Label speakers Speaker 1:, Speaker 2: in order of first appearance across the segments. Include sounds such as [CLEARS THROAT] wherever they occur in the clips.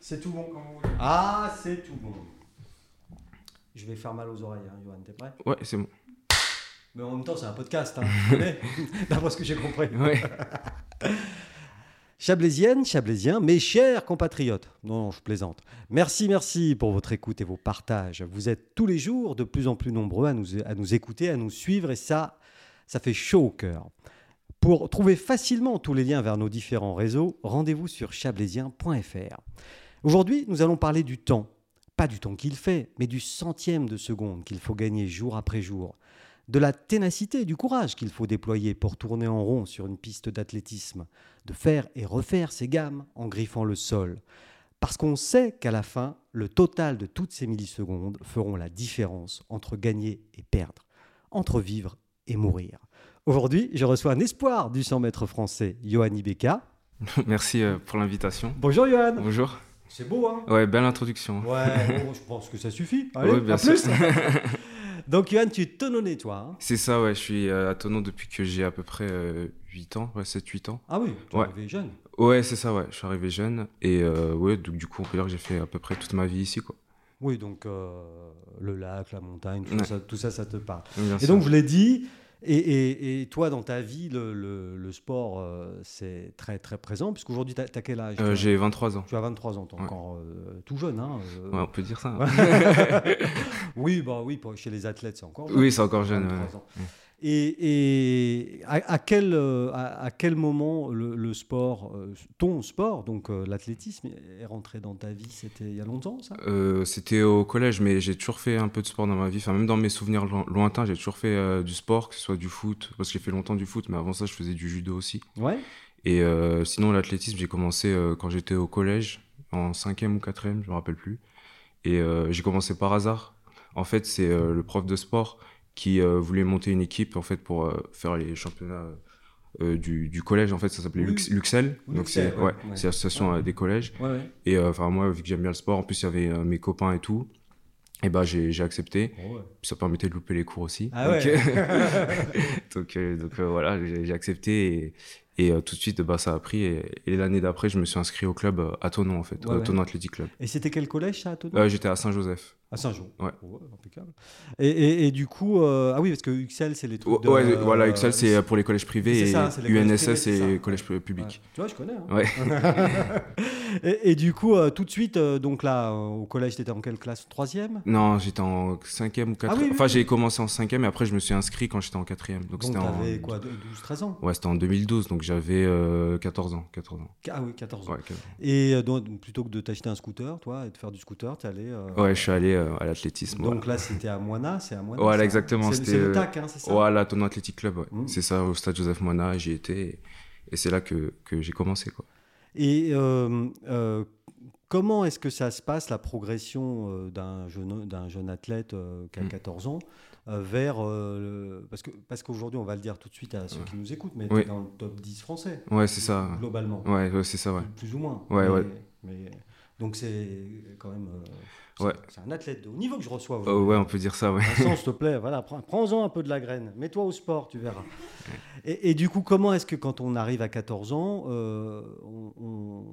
Speaker 1: C'est tout bon quand vous voulez. Ah, c'est tout bon. Je vais faire mal aux oreilles, hein, Johan, t'es prêt
Speaker 2: Ouais, c'est bon. [LAUGHS]
Speaker 1: Mais en même temps, c'est un podcast, hein, vous [LAUGHS] connaissez d'après ce que j'ai compris.
Speaker 2: Ouais.
Speaker 1: Chablaisienne, Chablaisien, mes chers compatriotes, non, non, je plaisante. Merci, merci pour votre écoute et vos partages. Vous êtes tous les jours de plus en plus nombreux à nous, à nous écouter, à nous suivre et ça, ça fait chaud au cœur. Pour trouver facilement tous les liens vers nos différents réseaux, rendez-vous sur chablaisien.fr. Aujourd'hui, nous allons parler du temps. Pas du temps qu'il fait, mais du centième de seconde qu'il faut gagner jour après jour de la ténacité et du courage qu'il faut déployer pour tourner en rond sur une piste d'athlétisme, de faire et refaire ses gammes en griffant le sol. Parce qu'on sait qu'à la fin, le total de toutes ces millisecondes feront la différence entre gagner et perdre, entre vivre et mourir. Aujourd'hui, je reçois un espoir du 100 mètres français, Johan Ibeka.
Speaker 2: Merci euh, pour l'invitation.
Speaker 1: Bonjour Johan
Speaker 2: Bonjour.
Speaker 1: C'est beau, hein
Speaker 2: Ouais, belle introduction. [LAUGHS]
Speaker 1: Ouais, bon, je pense que ça suffit.
Speaker 2: Allez, Ouais, bien
Speaker 1: à
Speaker 2: sûr.
Speaker 1: plus [LAUGHS] Donc Johan, tu es tononné, toi. hein
Speaker 2: C'est ça, ouais, je suis euh, à Tonon depuis que j'ai à peu près 8 ans, ouais, 7-8 ans.
Speaker 1: ah oui, tu es
Speaker 2: Ouais.
Speaker 1: arrivé jeune.
Speaker 2: Ouais, c'est ça, ouais, je suis arrivé jeune. Et euh, ouais, donc du coup, on peut dire que j'ai fait à peu près toute ma vie ici, quoi.
Speaker 1: Oui, donc euh, le lac, la montagne, tout,
Speaker 2: Ouais.
Speaker 1: ça, tout ça, ça te parle.
Speaker 2: Bien
Speaker 1: Et
Speaker 2: sûr.
Speaker 1: donc, je l'ai dit, et, et- et toi, dans ta vie, le, le- le sport, euh, c'est très, très présent, puisqu'aujourd'hui, tu as, quel âge
Speaker 2: Euh,
Speaker 1: toi
Speaker 2: j'ai 23 ans.
Speaker 1: Tu as 23 ans, tu
Speaker 2: Ouais.
Speaker 1: encore euh, tout jeune. Hein, euh.
Speaker 2: Ouais, on peut dire ça.
Speaker 1: [LAUGHS]
Speaker 2: hein.
Speaker 1: oui, bah, oui pour- chez les athlètes, c'est encore jeune.
Speaker 2: Oui, c'est encore jeune.
Speaker 1: 23
Speaker 2: ouais.
Speaker 1: ans. Et, et à, à quel, euh, à, à quel moment le, le sport, euh, ton sport, donc euh, l'athlétisme, est rentré dans ta vie C'était il y a longtemps, ça
Speaker 2: Euh, C'était au collège, mais j'ai toujours fait un peu de sport dans ma vie. Enfin, même dans mes souvenirs loin- lointains, j'ai toujours fait euh, du sport, que ce soit du foot, parce que j'ai fait longtemps du foot, mais avant ça, je faisais du judo aussi.
Speaker 1: Ouais.
Speaker 2: Et euh, sinon, l'athlétisme, j'ai commencé euh, quand j'étais au collège, en cinquième ou quatrième, je me rappelle plus. Et euh, j'ai commencé par hasard. En fait, c'est euh, le prof de sport qui euh, voulait monter une équipe en fait pour euh, faire les championnats euh, euh, du, du collège. En fait, ça s'appelait
Speaker 1: Oui.
Speaker 2: Lux- Luxel.
Speaker 1: Oui,
Speaker 2: Donc
Speaker 1: Luxel,
Speaker 2: c'est
Speaker 1: ouais,
Speaker 2: ouais,
Speaker 1: ouais.
Speaker 2: c'est l'association
Speaker 1: Ouais.
Speaker 2: euh, des collèges.
Speaker 1: Ouais, ouais.
Speaker 2: Et euh, enfin moi, vu que j'aime bien le sport, en plus il y avait euh, mes copains et tout. Et bah j'ai j'ai accepté. Ça permettait de louper les cours aussi.
Speaker 1: Ah
Speaker 2: Donc, euh,
Speaker 1: [LAUGHS] ouais
Speaker 2: [LAUGHS] donc, euh, donc, euh, voilà, j'ai j'ai accepté et, et, euh, tout de suite, bah, ça a pris. Et, et l'année d'après, je me suis inscrit au club euh, à Tonon, en fait,
Speaker 1: Ouais,
Speaker 2: au
Speaker 1: ouais.
Speaker 2: Tonon Athletic Club.
Speaker 1: Et c'était quel collège ça à Tonon
Speaker 2: Euh, J'étais à Saint-Joseph.
Speaker 1: À Saint-Jean.
Speaker 2: ouais.
Speaker 1: impeccable. Et, et- et du coup, euh, ah oui, parce que UXL, c'est les trucs.
Speaker 2: Ouais,
Speaker 1: de-
Speaker 2: ouais, voilà, Uxal, c'est euh, pour les collèges privés
Speaker 1: c'est
Speaker 2: et
Speaker 1: ça, c'est les collèges privés,
Speaker 2: UNSS,
Speaker 1: c'est ça.
Speaker 2: c'est collège
Speaker 1: Ouais.
Speaker 2: public.
Speaker 1: Tu vois, je connais. hein.
Speaker 2: Ouais.
Speaker 1: [LAUGHS] et, et du coup, euh, tout de suite, euh, donc là, euh, au collège, t'étais en quelle classe Troisième
Speaker 2: Non, j'étais en 5e ou 4e.
Speaker 1: Ah oui, oui,
Speaker 2: enfin,
Speaker 1: oui.
Speaker 2: j'ai commencé en 5e et après, je me suis inscrit quand j'étais en 4e. Donc,
Speaker 1: Donc
Speaker 2: c'était en.
Speaker 1: t'avais quoi, 12-13 ans
Speaker 2: Ouais, c'était en 2012, donc j'avais euh, 14 ans. 14 ans.
Speaker 1: Ah oui, 14 ans.
Speaker 2: Ouais, 14.
Speaker 1: Et euh, donc, plutôt que de t'acheter un scooter, toi, et de faire du scooter, t'es allé. euh,
Speaker 2: Ouais, je suis allé euh, à l'athlétisme.
Speaker 1: Donc
Speaker 2: Voilà,
Speaker 1: là, c'était à Moina, c'est à Moina.
Speaker 2: Voilà,
Speaker 1: ça.
Speaker 2: exactement.
Speaker 1: C'est
Speaker 2: c'était,
Speaker 1: c'est le
Speaker 2: euh,
Speaker 1: TAC, hein, c'est ça
Speaker 2: Voilà, ton Athletic Club, ouais.
Speaker 1: Mm.
Speaker 2: c'est ça, au stade Joseph Moina, j'y étais. Et, et c'est là que, que j'ai commencé. Quoi.
Speaker 1: Et euh, euh, comment est-ce que ça se passe, la progression euh, d'un jeune, d'un jeune athlète euh, qui a
Speaker 2: Mm.
Speaker 1: 14 ans euh, vers. euh, le- Parce que parce qu'aujourd'hui, on va le dire tout de suite à ceux qui nous écoutent, mais
Speaker 2: Oui.
Speaker 1: tu dans le top 10 français,
Speaker 2: Ouais, c'est ça.
Speaker 1: globalement.
Speaker 2: Ouais, ouais, c'est ça, ouais.
Speaker 1: Plus ou moins.
Speaker 2: Ouais,
Speaker 1: mais,
Speaker 2: ouais.
Speaker 1: mais- donc c'est quand même. euh, c'est-
Speaker 2: Ouais.
Speaker 1: C'est un athlète de haut niveau que je reçois
Speaker 2: Oh,
Speaker 1: aujourd'hui.
Speaker 2: ouais, on peut dire ça, ouais.
Speaker 1: Vincent, s'il te plaît, voilà, prends- prends-en un peu de la graine. Mets-toi au sport, tu verras. Et, et du coup, comment est-ce que quand on arrive à 14 ans, euh, on,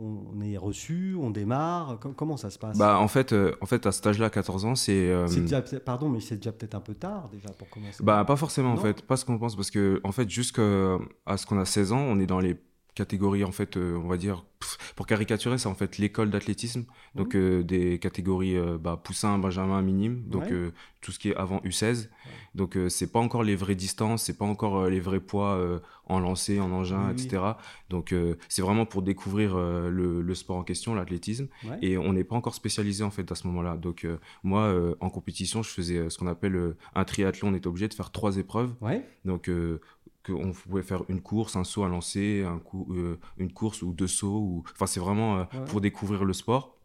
Speaker 1: on- on est reçu, on démarre Com- Comment Ah, ça se passe
Speaker 2: Bah, en fait, euh, en fait à cet âge-là, 14 ans, c'est. euh,
Speaker 1: C'est déjà- c'est- Pardon, mais c'est déjà peut-être un peu tard déjà pour commencer.
Speaker 2: Bah, pas forcément, en
Speaker 1: Non
Speaker 2: fait. Pas ce qu'on pense, parce que, en fait, jusqu'à à ce qu'on a 16 ans, on est dans les catégories, en fait, euh, on va dire. pff, pour caricaturer, c'est en fait l'école d'athlétisme. Donc, euh, des catégories euh, bah, poussin, benjamin, minime. Donc,
Speaker 1: Ouais.
Speaker 2: euh, tout ce qui est avant U16. Donc, euh, c'est pas encore les vraies distances, c'est pas encore euh, les vrais poids euh, en lancer, en engin,
Speaker 1: Oui, oui.
Speaker 2: etc. Donc, euh, c'est vraiment pour découvrir euh, le, le sport en question, l'athlétisme.
Speaker 1: Ouais.
Speaker 2: Et on n'est pas encore spécialisé en fait à ce moment-là. Donc euh, moi, euh, en compétition, je faisais euh, ce qu'on appelle euh, un triathlon. On était obligé de faire trois épreuves.
Speaker 1: Ouais.
Speaker 2: Donc euh, que- on pouvait faire une course, un saut à lancer, un coup, euh, une course ou deux sauts. Ou... Enfin, c'est vraiment euh,
Speaker 1: Ouais.
Speaker 2: pour découvrir le sport.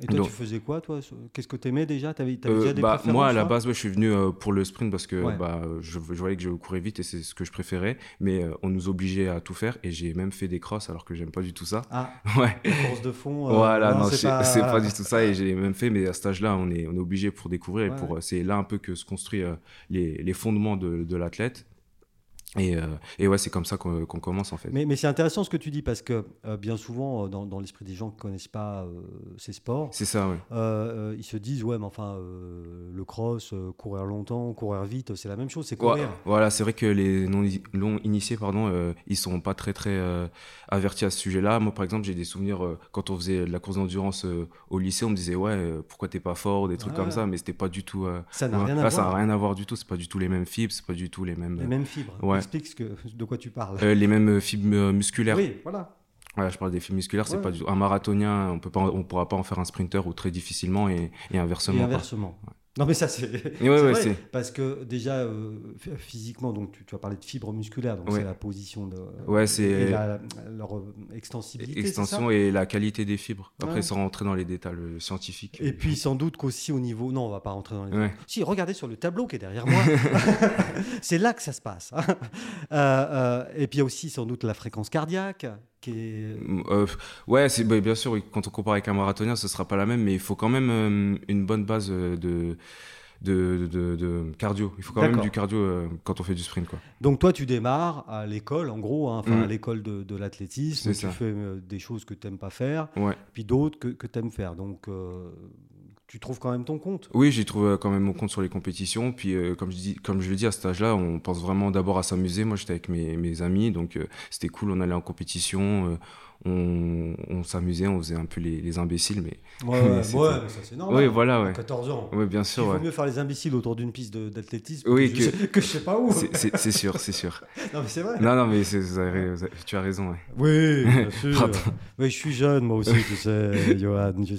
Speaker 1: Et toi,
Speaker 2: Donc-
Speaker 1: tu faisais quoi, toi sur- Qu'est-ce que t'aimais déjà T'avais t'avais
Speaker 2: Euh,
Speaker 1: déjà des
Speaker 2: bah,
Speaker 1: préférences
Speaker 2: moi, à la
Speaker 1: toi
Speaker 2: base, ouais, je suis venu euh, pour le sprint parce que
Speaker 1: Ouais.
Speaker 2: bah, je, je voyais que je courais vite et c'est ce que je préférais. Mais euh, on nous obligeait à tout faire et j'ai même fait des crosses alors que j'aime pas du tout ça. [LAUGHS]
Speaker 1: Ah,
Speaker 2: Ouais.
Speaker 1: course de fond. euh,
Speaker 2: voilà,
Speaker 1: non,
Speaker 2: non, c'est c'est pas... du tout ça. Et j'ai même fait, mais à cet âge-là, on est, on est obligé pour découvrir. et
Speaker 1: Ouais,
Speaker 2: pour,
Speaker 1: ouais.
Speaker 2: euh, C'est là un peu que se construisent euh, les, les fondements de, de l'athlète. Et, euh, et ouais, c'est comme ça qu'on qu'on commence en fait.
Speaker 1: Mais, mais c'est intéressant ce que tu dis parce que euh, bien souvent, euh, dans, dans l'esprit des gens qui ne connaissent pas euh, ces sports,
Speaker 2: C'est ça, ouais.
Speaker 1: euh, euh, ils se disent Ouais, mais enfin, euh, le cross, euh, courir longtemps, courir vite, c'est la même chose, c'est courir.
Speaker 2: Ouais, Voilà, c'est vrai que les non-initiés, pardon, euh, ils sont pas très très euh, avertis à ce sujet-là. Moi, par exemple, j'ai des souvenirs euh, quand on faisait de la course d'endurance euh, au lycée, on me disait ouais, euh, pourquoi t'es pas fort, ou des trucs
Speaker 1: Ouais,
Speaker 2: comme
Speaker 1: ouais.
Speaker 2: ça, mais c'était pas du tout. euh,
Speaker 1: Ça n'a
Speaker 2: ouais.
Speaker 1: rien à
Speaker 2: Là, ça
Speaker 1: voir.
Speaker 2: n'a rien à voir du tout. C'est pas du tout les mêmes fibres, c'est pas du tout les mêmes,
Speaker 1: Les mêmes fibres.
Speaker 2: Ouais.
Speaker 1: Explique ce que, de quoi tu parles.
Speaker 2: euh, les mêmes euh, fibres euh, musculaires.
Speaker 1: oui, voilà.
Speaker 2: Voilà, je parle des fibres musculaires, c'est
Speaker 1: Ouais.
Speaker 2: pas du tout. Un marathonien, on peut pas, on pourra pas en faire un sprinter ou très difficilement et, et inversement.
Speaker 1: Et
Speaker 2: quoi.
Speaker 1: inversement. Non, mais ça, c'est.
Speaker 2: Et ouais,
Speaker 1: [LAUGHS] c'est
Speaker 2: ouais,
Speaker 1: vrai,
Speaker 2: c'est-
Speaker 1: parce que déjà, euh, ph- physiquement, donc, tu, tu as parlé de fibres musculaires, donc
Speaker 2: Ouais.
Speaker 1: c'est la position de.
Speaker 2: Ouais, c'est-
Speaker 1: et la- leur euh, extensibilité. c'est ça
Speaker 2: extension et la qualité des fibres. Après,
Speaker 1: Ouais.
Speaker 2: sans rentrer dans les détails euh, scientifiques.
Speaker 1: Et puis sans doute qu'aussi au niveau. Non, on va pas rentrer dans les.
Speaker 2: Ouais.
Speaker 1: Si, regardez sur le tableau qui est derrière
Speaker 2: [LAUGHS]
Speaker 1: moi. [LAUGHS] c'est là que ça se passe. Euh, euh, et puis il y a aussi sans doute la fréquence cardiaque qui est.
Speaker 2: Euh, ouais, c'est bah, bien sûr. oui, Quand on compare avec un marathonien, ce sera pas la même, mais il faut quand même euh, une bonne base euh, de de, de, de cardio. Il faut quand même
Speaker 1: D'accord.
Speaker 2: du cardio euh, quand on fait du sprint, quoi.
Speaker 1: Donc toi, tu démarres à l'école, en gros, hein, enfin
Speaker 2: Mm.
Speaker 1: à l'école de, de l'athlétisme.
Speaker 2: C'est
Speaker 1: Tu
Speaker 2: ça.
Speaker 1: fais euh, des choses que tu n'aimes pas faire,
Speaker 2: Ouais.
Speaker 1: puis d'autres que, que tu aimes faire. Donc euh, tu trouves quand même ton
Speaker 2: [LAUGHS]
Speaker 1: compte.
Speaker 2: Oui, j'y trouve euh, quand même mon compte sur les compétitions. Puis, euh, comme je dis, comme je le dis, à cet âge-là, on pense vraiment d'abord à s'amuser. Moi, j'étais avec mes, mes amis, donc euh, c'était cool. On allait en compétition, euh, on, on s'amusait, on faisait un peu les, les imbéciles, mais
Speaker 1: Ouais,
Speaker 2: Mais
Speaker 1: ouais,
Speaker 2: c'est
Speaker 1: Ah ouais,
Speaker 2: ça.
Speaker 1: mais ça c'est
Speaker 2: oui,
Speaker 1: normal.
Speaker 2: voilà,
Speaker 1: À
Speaker 2: ouais,
Speaker 1: 14 ans.
Speaker 2: ouais, bien
Speaker 1: Il
Speaker 2: sûr,
Speaker 1: vaut
Speaker 2: ouais.
Speaker 1: mieux faire les imbéciles autour d'une piste de- d'athlétisme
Speaker 2: Oui,
Speaker 1: que, je- que je sais pas où.
Speaker 2: C'est- c'est c'est sûr, c'est sûr.
Speaker 1: Non, mais c'est vrai.
Speaker 2: Non, non, mais c'est- vous avez- vous avez- tu as raison. ouais. [LAUGHS]
Speaker 1: Oui, bien sûr.
Speaker 2: Pardon.
Speaker 1: Oui, je suis jeune, moi aussi, tu sais,
Speaker 2: [LAUGHS]
Speaker 1: Johan. Je-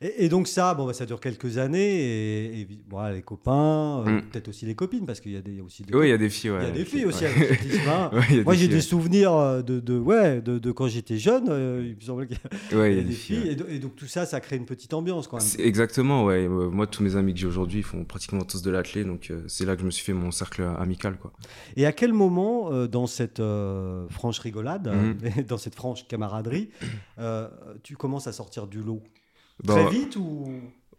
Speaker 1: Et, et donc ça, bon, bah, ça dure quelques années. Et, et puis, bon, les copains, euh,
Speaker 2: Mm.
Speaker 1: peut-être aussi les copines, parce qu'il y, a des- il y a aussi des,
Speaker 2: Oui, il y
Speaker 1: copines.
Speaker 2: a des filles. Ouais,
Speaker 1: Il y a des
Speaker 2: ok,
Speaker 1: filles aussi
Speaker 2: ouais.
Speaker 1: avec l'athlétisme, hein.
Speaker 2: [LAUGHS] Ouais, il y a
Speaker 1: Moi,
Speaker 2: des
Speaker 1: j'ai
Speaker 2: filles,
Speaker 1: des souvenirs euh, de, de, ouais, de, de quand j'étais jeune. euh, il me semble qu'il
Speaker 2: ouais. Ouais,
Speaker 1: y a des filles. hein. Et, do- et donc tout ça, ça crée une petite ambiance quand même.
Speaker 2: C'est- Exactement, ouais. Euh, Moi, tous mes amis que j'ai aujourd'hui, ils font pratiquement tous de l'athlé, donc euh, c'est là que je me suis fait mon cercle amical, quoi.
Speaker 1: Et à quel moment, euh, dans cette euh, franche rigolade, euh,
Speaker 2: Mhm.
Speaker 1: et [LAUGHS] dans cette franche camaraderie, euh, tu commences à sortir du lot
Speaker 2: Bah,
Speaker 1: Très
Speaker 2: ouais.
Speaker 1: vite ou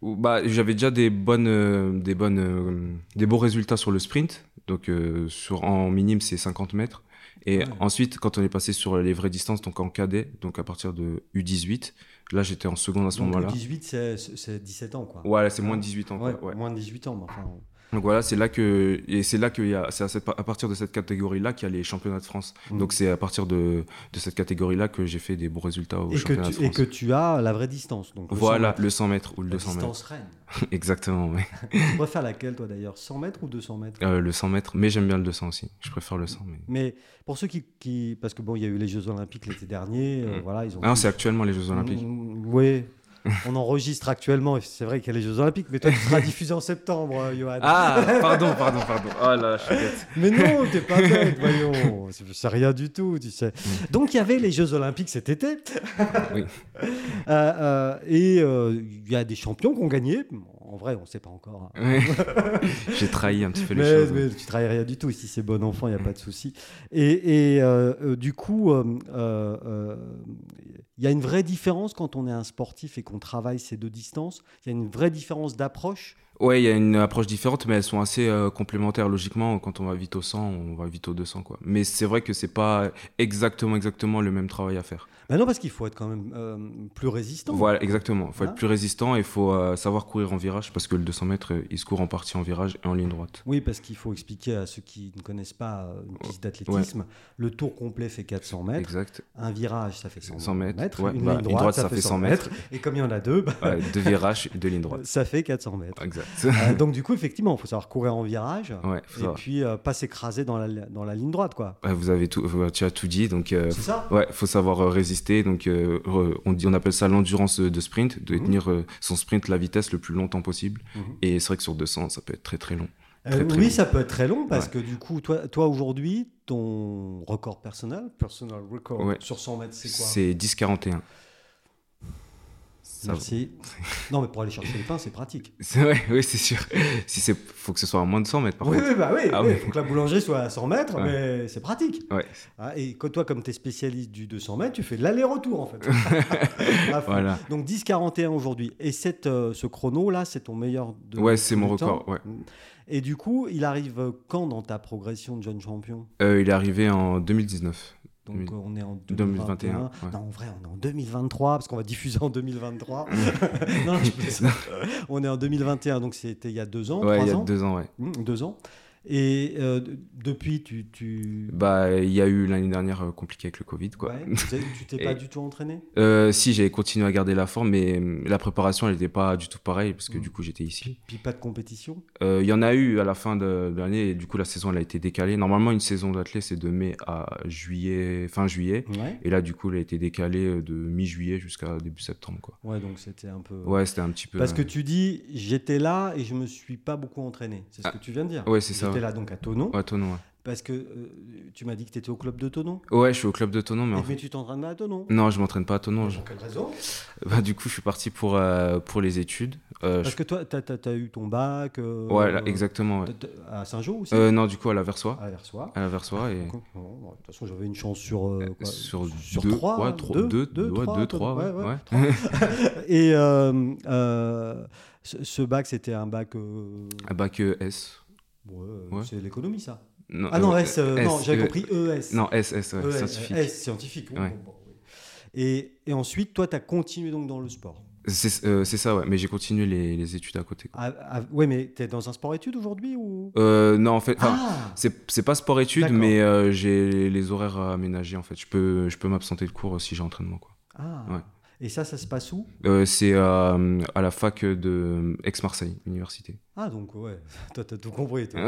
Speaker 2: Ou- bah, j'avais déjà des bonnes, euh, des bonnes, euh, des beaux résultats sur le sprint. Donc, euh, sur en minime, c'est 50 mètres. Et
Speaker 1: Ouais.
Speaker 2: ensuite, quand on est passé sur les vraies distances, donc en cadet, donc à partir de U18, là, j'étais en seconde à ce
Speaker 1: Donc, le
Speaker 2: moment-là.
Speaker 1: 18, c'est- c'est 17 ans, quoi.
Speaker 2: Ouais, là, c'est moins de 18 ans. quoi,
Speaker 1: Ouais,
Speaker 2: ouais.
Speaker 1: Moins de 18 ans, mais enfin.
Speaker 2: Donc voilà, c'est là que et c'est là qu'il y a c'est à, cette- à partir de cette catégorie là qu'il y a les championnats de France.
Speaker 1: Mm.
Speaker 2: Donc c'est à partir de, de cette catégorie là que j'ai fait des bons résultats aux
Speaker 1: Et que,
Speaker 2: championnats
Speaker 1: tu,
Speaker 2: de
Speaker 1: et
Speaker 2: France.
Speaker 1: que tu as la vraie distance. Donc, le
Speaker 2: voilà
Speaker 1: 100 mètres.
Speaker 2: le 100 mètres ou le
Speaker 1: La
Speaker 2: 200 mètres.
Speaker 1: distance reine.
Speaker 2: [LAUGHS] Exactement, ouais.
Speaker 1: tu préfères laquelle, toi, d'ailleurs 100 mètres ou 200 mètres
Speaker 2: Euh, le 100 mètres, mais j'aime bien le 200 aussi. Je préfère le 100 mais
Speaker 1: Mais pour ceux qui, qui- Parce que, bon, il y a eu les Jeux Olympiques l'été dernier. euh,
Speaker 2: Mm.
Speaker 1: voilà, ils ont.
Speaker 2: Ah, non, c'est actuellement les Jeux Olympiques.
Speaker 1: Oui. On enregistre actuellement, et c'est vrai qu'il y a les Jeux Olympiques, mais toi, tu seras diffusé en septembre, euh, Johan.
Speaker 2: Ah, [LAUGHS] pardon, pardon, pardon. Ah là, je suis bête.
Speaker 1: Mais non, t'es pas bête, voyons. C'est c'est rien du tout, tu sais. Donc, il y avait les Jeux Olympiques cet été.
Speaker 2: Mm. [LAUGHS] Oui.
Speaker 1: Euh, euh, et euh, il y a des champions qui ont gagné. En vrai, on ne sait pas encore. hein.
Speaker 2: [LAUGHS] Ouais. j'ai trahi un petit peu les
Speaker 1: Mais,
Speaker 2: choses. Mm.
Speaker 1: mais tu travailles rien du tout. Si c'est bon enfant, il n'y a pas de souci. Et, et, euh, euh, du coup, euh, euh, euh, il y a une vraie différence quand on est un sportif et qu'on travaille ces deux distances. Il y a une vraie différence d'approche.
Speaker 2: Ouais, il y a une approche différente, mais elles sont assez euh, complémentaires. Logiquement, quand on va vite au 100, on va vite au 200, quoi. Mais c'est vrai que c'est pas exactement, exactement le même travail à faire.
Speaker 1: Ben non, parce qu'il faut être quand même euh, plus résistant.
Speaker 2: Voilà, exactement. Il faut
Speaker 1: Hein
Speaker 2: être plus résistant et il faut euh, savoir courir en virage parce que le 200 mètres, euh, il se court en partie en virage et en ligne droite.
Speaker 1: Oui, parce qu'il faut expliquer à ceux qui ne connaissent pas euh, une piste d'athlétisme, le tour complet fait 400 mètres,
Speaker 2: Exact.
Speaker 1: un virage ça fait 100,
Speaker 2: 100 mètres. Ouais,
Speaker 1: une
Speaker 2: bah,
Speaker 1: ligne droite, ça, fait 100 mètres,
Speaker 2: mètres.
Speaker 1: et comme il y en a deux, bah,
Speaker 2: Ouais, deux virages et deux lignes [LAUGHS]
Speaker 1: [LAUGHS]
Speaker 2: droites.
Speaker 1: ça fait 400 mètres.
Speaker 2: Exact. [LAUGHS]
Speaker 1: Euh, donc du coup, effectivement, il faut savoir courir en virage
Speaker 2: Ouais, faut
Speaker 1: et
Speaker 2: savoir.
Speaker 1: puis euh, pas s'écraser dans la, dans la ligne droite, quoi.
Speaker 2: Ouais, vous avez tout, vous- tu as tout dit, donc euh,
Speaker 1: C'est ça
Speaker 2: ouais, faut savoir euh, résister. Donc euh, re- on dit, on appelle ça l'endurance euh, de sprint, de
Speaker 1: Mhm.
Speaker 2: tenir euh, son sprint la vitesse le plus longtemps possible.
Speaker 1: Mhm.
Speaker 2: Et c'est vrai que sur 200, ça peut être très très long.
Speaker 1: Euh,
Speaker 2: très, très
Speaker 1: Oui,
Speaker 2: long.
Speaker 1: ça peut être très long parce que du coup, toi, toi aujourd'hui, ton record personnel, personal record
Speaker 2: Ouais.
Speaker 1: sur 100 mètres, c'est quoi
Speaker 2: C'est 10-41. Ça va.
Speaker 1: Merci. Non, mais pour aller chercher les pains, c'est pratique.
Speaker 2: C'est vrai, oui, c'est sûr. [LAUGHS] Si c'est, faut que ce soit à moins de 100 mètres par
Speaker 1: oui,
Speaker 2: contre.
Speaker 1: oui, bah oui,
Speaker 2: Ah
Speaker 1: oui,
Speaker 2: oui.
Speaker 1: faut que la boulangerie soit à 100 mètres,
Speaker 2: Ouais.
Speaker 1: mais c'est pratique.
Speaker 2: Ouais.
Speaker 1: Ah, et que toi, comme tu es spécialiste du 200 mètres, tu fais l'aller-retour en
Speaker 2: [LAUGHS]
Speaker 1: fait. À fond.
Speaker 2: Voilà.
Speaker 1: Donc 10,41 aujourd'hui. Et cette, euh, ce chrono-là, c'est ton meilleur de
Speaker 2: Ouais, c'est
Speaker 1: de
Speaker 2: mon
Speaker 1: temps.
Speaker 2: record. Ouais.
Speaker 1: Et du coup, il arrive euh, quand dans ta progression de jeune champion
Speaker 2: Euh, il est arrivé en 2019.
Speaker 1: Donc
Speaker 2: Oui.
Speaker 1: euh, on est en 2021.
Speaker 2: 2021, ouais.
Speaker 1: Non, en vrai, on est en 2023 parce qu'on va diffuser en
Speaker 2: [LAUGHS]
Speaker 1: 2023. [LAUGHS] non, je plaisante. on est en 2021, donc c'était il y a deux ans,
Speaker 2: Ouais,
Speaker 1: trois
Speaker 2: il y a
Speaker 1: ans,
Speaker 2: deux ans, ouais.
Speaker 1: Hmm, deux ans. Et euh, d- depuis, tu, tu...
Speaker 2: Bah, il y a eu l'année dernière euh, compliqué avec le Covid, quoi. [LAUGHS]
Speaker 1: Ouais, vous avez- tu t'es
Speaker 2: Et-
Speaker 1: pas du tout entraîné
Speaker 2: Euh, si, j'avais continué à garder la forme, mais hum, la préparation, elle n'était pas du tout pareille, parce que
Speaker 1: Mm.
Speaker 2: du coup, j'étais ici.
Speaker 1: Puis pas de compétition
Speaker 2: Euh, Il y en a eu à la fin de, de l'année, et du coup, la saison, elle a été décalée. Normalement, une saison d'athlète, c'est de mai à juillet, fin juillet.
Speaker 1: Ouais.
Speaker 2: Et là, du coup, elle a été décalée euh, de mi-juillet jusqu'à début septembre, quoi.
Speaker 1: Ouais, donc c'était un peu.
Speaker 2: Ouais, c'était un petit peu.
Speaker 1: Parce que
Speaker 2: euh,
Speaker 1: tu dis, j'étais là et je me suis pas beaucoup entraîné. C'est ce que tu viens de dire.
Speaker 2: Ah. euh, ouais, c'est ça,
Speaker 1: J'étais
Speaker 2: ouais.
Speaker 1: là donc à Tonon.
Speaker 2: Ouais, Tonon,
Speaker 1: Parce que euh, tu m'as dit que tu étais au club de Tonon.
Speaker 2: ouais. Ouais, je suis au club de Tonon, mais
Speaker 1: Mais,
Speaker 2: en fait.
Speaker 1: tu t'entraînes à Tonon.
Speaker 2: Non, je m'entraîne pas à Tonon.
Speaker 1: Mais
Speaker 2: je-
Speaker 1: Pour quelle raison
Speaker 2: Bah, du coup, je suis parti pour, euh, pour les études. Euh,
Speaker 1: Parce que toi, tu as, eu ton bac. euh,
Speaker 2: je- Ouais, là, exactement, ouais.
Speaker 1: t'as- t'as- À Saint-Jean aussi
Speaker 2: Euh, non, du coup, à la Versoie.
Speaker 1: À Versoix.
Speaker 2: À la Versoix, et.
Speaker 1: Con- non, non, De toute façon, j'avais une chance sur, euh, quoi,
Speaker 2: sur,
Speaker 1: sur
Speaker 2: deux,
Speaker 1: trois,
Speaker 2: ouais,
Speaker 1: hein,
Speaker 2: trois-
Speaker 1: deux,
Speaker 2: deux,
Speaker 1: deux,
Speaker 2: ouais,
Speaker 1: trois,
Speaker 2: deux,
Speaker 1: deux,
Speaker 2: trois,
Speaker 1: ouais, ouais,
Speaker 2: ouais.
Speaker 1: Et euh, euh, ce, ce bac, c'était un bac. euh,
Speaker 2: Un bac euh, S.
Speaker 1: ouais, euh,
Speaker 2: Ouais.
Speaker 1: c'est l'économie, ça.
Speaker 2: Non,
Speaker 1: Ah non,
Speaker 2: euh,
Speaker 1: S, euh, non,
Speaker 2: S,
Speaker 1: j'avais
Speaker 2: euh,
Speaker 1: compris ES.
Speaker 2: Non, S, S, ouais,
Speaker 1: ES,
Speaker 2: scientifique.
Speaker 1: S, scientifique. oui,
Speaker 2: Ouais.
Speaker 1: bon, bon, oui. Et, et ensuite, toi, tu as continué donc dans le sport.
Speaker 2: C'est euh, c'est ça, ouais, mais j'ai continué les, les études à côté. quoi.
Speaker 1: Ah, ah, ouais, mais tu es dans un sport-études aujourd'hui ou...
Speaker 2: Euh, non, en fait, enfin,
Speaker 1: Ah
Speaker 2: c'est c'est pas sport-études,
Speaker 1: D'accord.
Speaker 2: mais euh, j'ai les horaires à aménager en fait. Je peux, je peux m'absenter de cours euh, si j'ai entraînement. quoi.
Speaker 1: Ah.
Speaker 2: Ouais.
Speaker 1: Et ça, ça se passe où
Speaker 2: Euh, C'est euh, à la fac de euh, Aix-Marseille, université.
Speaker 1: Ah, donc ouais, [LAUGHS] toi, t'as tout compris. Toi,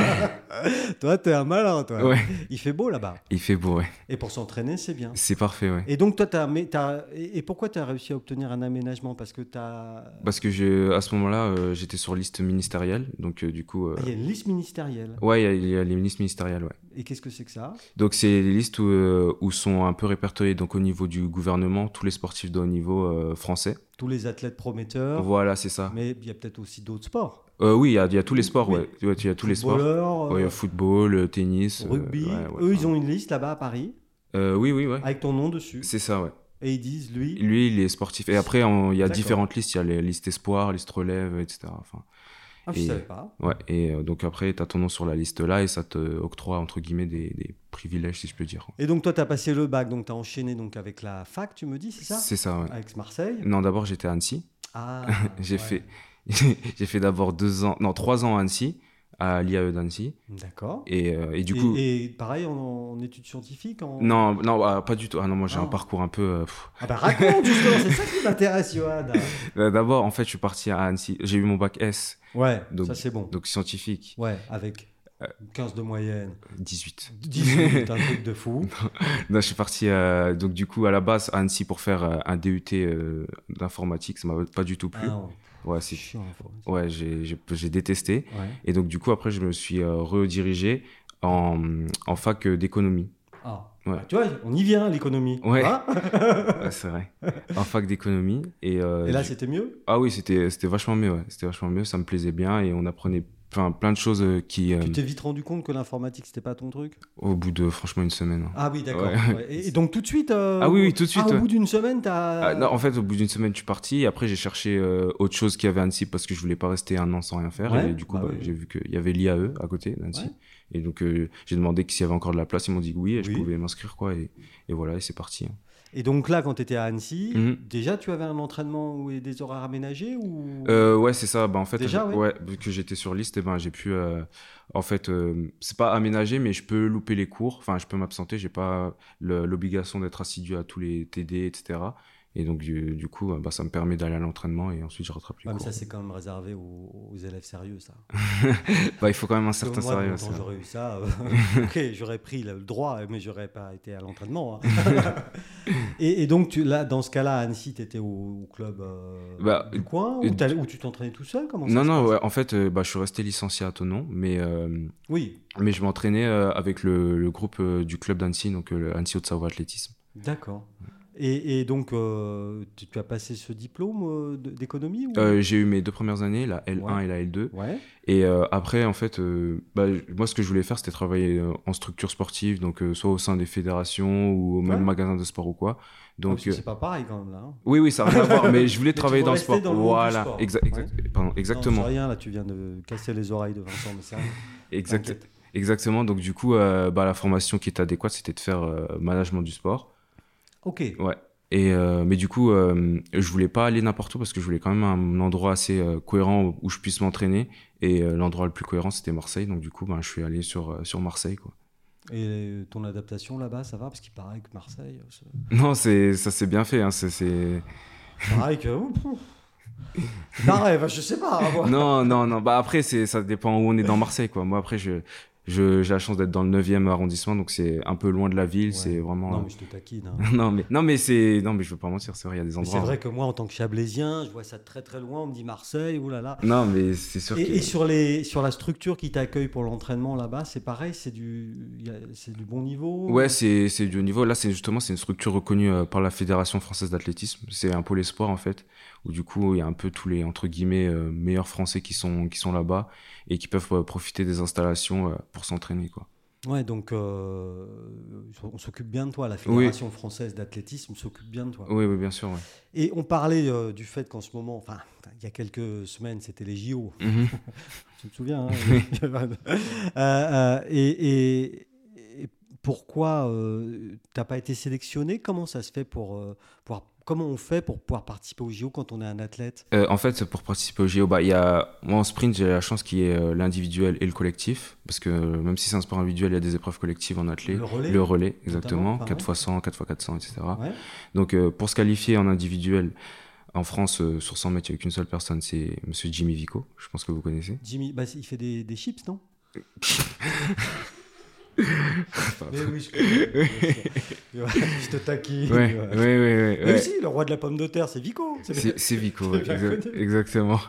Speaker 1: [LAUGHS] toi t'es un malin, toi.
Speaker 2: Ouais,
Speaker 1: Il fait beau là-bas.
Speaker 2: il fait
Speaker 1: [LAUGHS]
Speaker 2: beau, ouais.
Speaker 1: Et pour s'entraîner, c'est bien.
Speaker 2: C'est parfait, ouais.
Speaker 1: Et donc, toi, t'as, mais t'as- et, et pourquoi tu as réussi à obtenir un aménagement Parce que tu as.
Speaker 2: Parce que j'ai- à ce moment-là, euh, j'étais sur liste ministérielle, donc euh, du coup. euh,
Speaker 1: Ah, Il y a une liste ministérielle.
Speaker 2: Ouais, il y a- il y, a les listes ministérielles, ouais.
Speaker 1: Et qu'est-ce que c'est que ça
Speaker 2: Donc c'est les listes où, euh, où sont un peu répertoriés donc au niveau du gouvernement tous les sportifs de haut niveau euh, français.
Speaker 1: Tous les athlètes prometteurs.
Speaker 2: Voilà, c'est ça.
Speaker 1: Mais il y a peut-être aussi d'autres sports.
Speaker 2: Euh, oui, il y, a- il y a tous les sports,
Speaker 1: Oui.
Speaker 2: ouais. Ouais, Il y a tous les sports.
Speaker 1: Footballeurs,
Speaker 2: Ouais, il y
Speaker 1: euh,
Speaker 2: a football, euh, tennis. euh,
Speaker 1: rugby.
Speaker 2: ouais, ouais,
Speaker 1: Eux,
Speaker 2: enfin,
Speaker 1: ils ont Ah, une liste là-bas à Paris
Speaker 2: euh, oui, oui, ouais.
Speaker 1: avec ton nom dessus.
Speaker 2: C'est ça, ouais.
Speaker 1: Et ils disent, lui,
Speaker 2: Lui, il est sportif. Et après, on- il y a
Speaker 1: D'accord.
Speaker 2: différentes listes. Il y a les listes espoirs, listes relève, etc. Enfin,
Speaker 1: ah, je
Speaker 2: et-
Speaker 1: savais pas.
Speaker 2: ouais. Et euh, donc après, tu as ton nom sur la liste là et ça te octroie, entre guillemets, des, des privilèges, si je peux dire.
Speaker 1: Et donc, toi, tu as passé le bac, donc tu as enchaîné donc, avec la fac, tu me dis, c'est ça
Speaker 2: C'est ça, ouais.
Speaker 1: Avec Marseille
Speaker 2: Non, d'abord, j'étais à Annecy. [LAUGHS]
Speaker 1: Ah,
Speaker 2: J'ai
Speaker 1: ouais.
Speaker 2: fait, j'ai fait d'abord deux ans, non trois ans à Annecy, à l'IAE d'Annecy,
Speaker 1: D'accord.
Speaker 2: et, euh, et du
Speaker 1: Et-
Speaker 2: coup,
Speaker 1: Et, pareil, en, en études scientifiques en...
Speaker 2: non, non, ah, pas du tout. Ah non, moi j'ai
Speaker 1: Ah.
Speaker 2: un parcours un peu. euh, pff.
Speaker 1: Ah bah raconte, justement, c'est ça qui m'intéresse,
Speaker 2: [LAUGHS]
Speaker 1: Johan.
Speaker 2: Euh, D'abord, en fait, je suis parti à Annecy. J'ai eu mon bac S,
Speaker 1: Ouais,
Speaker 2: Donc-
Speaker 1: ça c'est bon.
Speaker 2: donc euh, scientifique,
Speaker 1: Ouais, avec 15 de
Speaker 2: [LAUGHS]
Speaker 1: moyenne,
Speaker 2: 18. [LAUGHS]
Speaker 1: 18, un truc de fou.
Speaker 2: Non, je suis parti euh, donc du coup à la base à Annecy pour faire euh, un DUT euh, d'informatique. Ça m'a pas du tout
Speaker 1: Ah
Speaker 2: plu.
Speaker 1: non,
Speaker 2: ouais,
Speaker 1: c'est
Speaker 2: c'est,
Speaker 1: chiant. faut-
Speaker 2: ouais, j'ai, j'ai, j'ai détesté.
Speaker 1: Ouais.
Speaker 2: Et donc du coup après, je me suis euh, redirigé en, en fac
Speaker 1: [LAUGHS]
Speaker 2: euh, d'économie.
Speaker 1: Ah.
Speaker 2: Ouais.
Speaker 1: Bah, tu vois, on y vient, l'économie.
Speaker 2: Ouais.
Speaker 1: Hein
Speaker 2: Ouais, c'est vrai. En fac d'économie. Et, euh,
Speaker 1: Et là,
Speaker 2: du-
Speaker 1: c'était mieux
Speaker 2: Ah oui, c'était c'était vachement mieux. ouais. C'était vachement mieux. Ça me plaisait bien et on apprenait plein, plein de choses euh, qui, euh,
Speaker 1: Tu t'es vite rendu compte que l'informatique, c'était pas ton truc
Speaker 2: au bout de franchement une semaine. hein.
Speaker 1: Ah oui, d'accord.
Speaker 2: Ouais.
Speaker 1: Ouais. Et, et donc tout de suite euh,
Speaker 2: Ah oui, oui, tout de suite,
Speaker 1: ah, au
Speaker 2: ouais.
Speaker 1: bout d'une semaine, t'as...
Speaker 2: Ah, non, en fait, au bout d'une semaine, je suis parti. Et après, j'ai cherché euh, autre chose qu'il y avait à Annecy parce que je voulais pas rester un an sans rien faire.
Speaker 1: Ouais,
Speaker 2: et du coup,
Speaker 1: bah
Speaker 2: bah,
Speaker 1: oui.
Speaker 2: j'ai vu qu'il y avait l'IAE à côté d'Annecy.
Speaker 1: Ouais.
Speaker 2: Et donc, euh, j'ai demandé s'il y avait encore de la place. Ils m'ont dit que oui et je
Speaker 1: Oui.
Speaker 2: pouvais m'inscrire. quoi. Et, et voilà, et c'est parti. hein.
Speaker 1: Et donc là, quand t'étais à Annecy,
Speaker 2: Mhm.
Speaker 1: déjà, tu avais un entraînement ou des horaires aménagés ou...
Speaker 2: Euh, ouais, c'est ça. Bah, en fait,
Speaker 1: Déjà,
Speaker 2: je-
Speaker 1: ouais.
Speaker 2: vu que j'étais sur liste, eh ben, j'ai pu. euh, en fait, euh, c'est pas aménagé, mais je peux louper les cours. Enfin, je peux m'absenter. J'ai pas le- l'obligation d'être assidu à tous les TD, etc. Et donc, du, du coup, euh, bah, ça me permet d'aller à l'entraînement et ensuite je rattrape les
Speaker 1: Ouais, Ah, mais
Speaker 2: cours.
Speaker 1: ça, c'est quand même réservé aux, aux élèves sérieux, ça.
Speaker 2: Bah, il faut quand même un
Speaker 1: Parce que
Speaker 2: certain
Speaker 1: moi,
Speaker 2: sérieux.
Speaker 1: longtemps,
Speaker 2: ça.
Speaker 1: j'aurais eu ça. euh,
Speaker 2: [LAUGHS]
Speaker 1: ok, j'aurais pris le droit, mais j'aurais pas été à l'entraînement. hein.
Speaker 2: [LAUGHS]
Speaker 1: et, et donc, tu, là, dans ce cas-là, à Annecy, tu étais au, au club euh,
Speaker 2: Bah,
Speaker 1: du coin
Speaker 2: euh,
Speaker 1: ou, t'allais- ou tu t'entraînais tout seul Comment ça
Speaker 2: Non,
Speaker 1: se
Speaker 2: non,
Speaker 1: passe
Speaker 2: ouais, en fait, euh, bah, je suis resté licencié à Tonon, mais, euh,
Speaker 1: Oui,
Speaker 2: mais je m'entraînais euh, avec le, le groupe euh, du club d'Annecy, donc euh, le Annecy Haute-Savoie Athlétisme.
Speaker 1: d'accord. Et, et donc, euh, tu, tu as passé ce diplôme euh, de- d'économie ou...
Speaker 2: Euh, j'ai eu mes deux premières années, la L1
Speaker 1: Ouais.
Speaker 2: et la L2.
Speaker 1: Ouais,
Speaker 2: Et euh, après, en fait, euh, bah, j- moi, ce que je voulais faire, c'était travailler euh, en structure sportive, donc euh, soit au sein des fédérations ou au même
Speaker 1: Ouais.
Speaker 2: magasin de sport ou quoi.
Speaker 1: Ah,
Speaker 2: Donc,
Speaker 1: parce que
Speaker 2: euh,
Speaker 1: c'est pas pareil quand même là. hein.
Speaker 2: oui, oui, ça n'a rien à voir,
Speaker 1: [LAUGHS]
Speaker 2: mais je voulais
Speaker 1: tu
Speaker 2: travailler
Speaker 1: veux
Speaker 2: dans le
Speaker 1: rester
Speaker 2: sport.
Speaker 1: dans le monde du
Speaker 2: voilà,
Speaker 1: sport.
Speaker 2: exa- exa- pardon,
Speaker 1: Non,
Speaker 2: exactement.
Speaker 1: c'est rien là, tu viens de casser les oreilles de Vincent, mais c'est rien.
Speaker 2: [LAUGHS] exact-
Speaker 1: T'inquiète.
Speaker 2: exactement. Donc, du coup, euh, bah, la formation qui était adéquate, c'était de faire euh, management du sport.
Speaker 1: Ok.
Speaker 2: Ouais. Et, euh, mais du coup, euh, je voulais pas aller n'importe où parce que je voulais quand même un endroit assez euh, cohérent où je puisse m'entraîner. Et euh, l'endroit le plus cohérent, c'était Marseille. Donc, du coup, ben, je suis allé sur, euh, sur Marseille, quoi. [LAUGHS]
Speaker 1: Et ton adaptation là-bas, ça va Parce qu'il paraît que Marseille, euh, c'est-
Speaker 2: Non, c'est ça s'est bien fait. Hein,
Speaker 1: [LAUGHS]
Speaker 2: c'est- c'est
Speaker 1: pareil que. Ouh, pouf. C'est un rêve, je sais pas. moi.
Speaker 2: non, non, non. Bah après, c'est ça dépend où on est dans Marseille, quoi. Moi, après, je je- j'ai la chance d'être dans le 9e arrondissement, donc c'est un peu loin de la ville.
Speaker 1: Ouais.
Speaker 2: C'est vraiment.
Speaker 1: Non, mais je te taquine. hein.
Speaker 2: [LAUGHS] Non mais non mais c'est non mais je veux pas mentir c'est vrai il y a des
Speaker 1: Mais
Speaker 2: endroits
Speaker 1: c'est vrai que moi, en tant que Chablaisien, je vois ça de très très loin. On me dit Marseille, oulala.
Speaker 2: non mais c'est sûr
Speaker 1: Et,
Speaker 2: que-
Speaker 1: et sur, les, sur la structure qui t'accueille pour l'entraînement là-bas, c'est pareil, c'est du, il y a- c'est du bon niveau
Speaker 2: ouais c'est c'est du haut niveau là c'est justement c'est une structure reconnue euh, par la fédération française d'athlétisme c'est un pôle espoir en fait où du coup il y a un peu tous les entre guillemets euh, meilleurs français qui sont qui sont là bas et qui peuvent euh, profiter des installations euh, pour s'entraîner quoi
Speaker 1: Ouais, donc euh, on s'occupe bien de toi. La Fédération française d'athlétisme s'occupe bien de toi.
Speaker 2: oui oui bien sûr ouais.
Speaker 1: Et on parlait euh, du fait qu'en ce moment, enfin, il y a quelques semaines, c'était les JO.
Speaker 2: Mhm.
Speaker 1: Tu te souviens hein, [LAUGHS] euh, euh, et, et- et pourquoi euh, t'as pas été sélectionné Comment ça se fait pour, euh, pouvoir- comment on fait pour pouvoir participer aux JO quand on est un athlète
Speaker 2: Euh, en fait, pour participer au JO, bah, il y a... moi en sprint, j'ai la chance qu'il y ait euh, l'individuel et le collectif. Parce que euh, même si c'est un sport individuel, il y a des épreuves collectives en athlète.
Speaker 1: Le relais
Speaker 2: Le relais, exactement.
Speaker 1: par
Speaker 2: 4x100, 4x400, etc.
Speaker 1: Ouais.
Speaker 2: Donc euh, pour se qualifier en individuel, en France, euh, sur 100 mètres, il n'y a qu'une seule personne, c'est monsieur Jimmy Vico. Je pense que vous connaissez.
Speaker 1: Jimmy, bah, il fait des, des chips, [LAUGHS] non Mais oui, je, connais, bien sûr. Je te taquine.
Speaker 2: Ouais,
Speaker 1: ouais.
Speaker 2: ouais, ouais, ouais,
Speaker 1: Mais
Speaker 2: ouais.
Speaker 1: si, le roi de la pomme de terre, c'est Vico. C'est-
Speaker 2: C'est
Speaker 1: [LAUGHS]
Speaker 2: c'est Vico, ouais,
Speaker 1: bien
Speaker 2: exa-
Speaker 1: connu.
Speaker 2: exactement.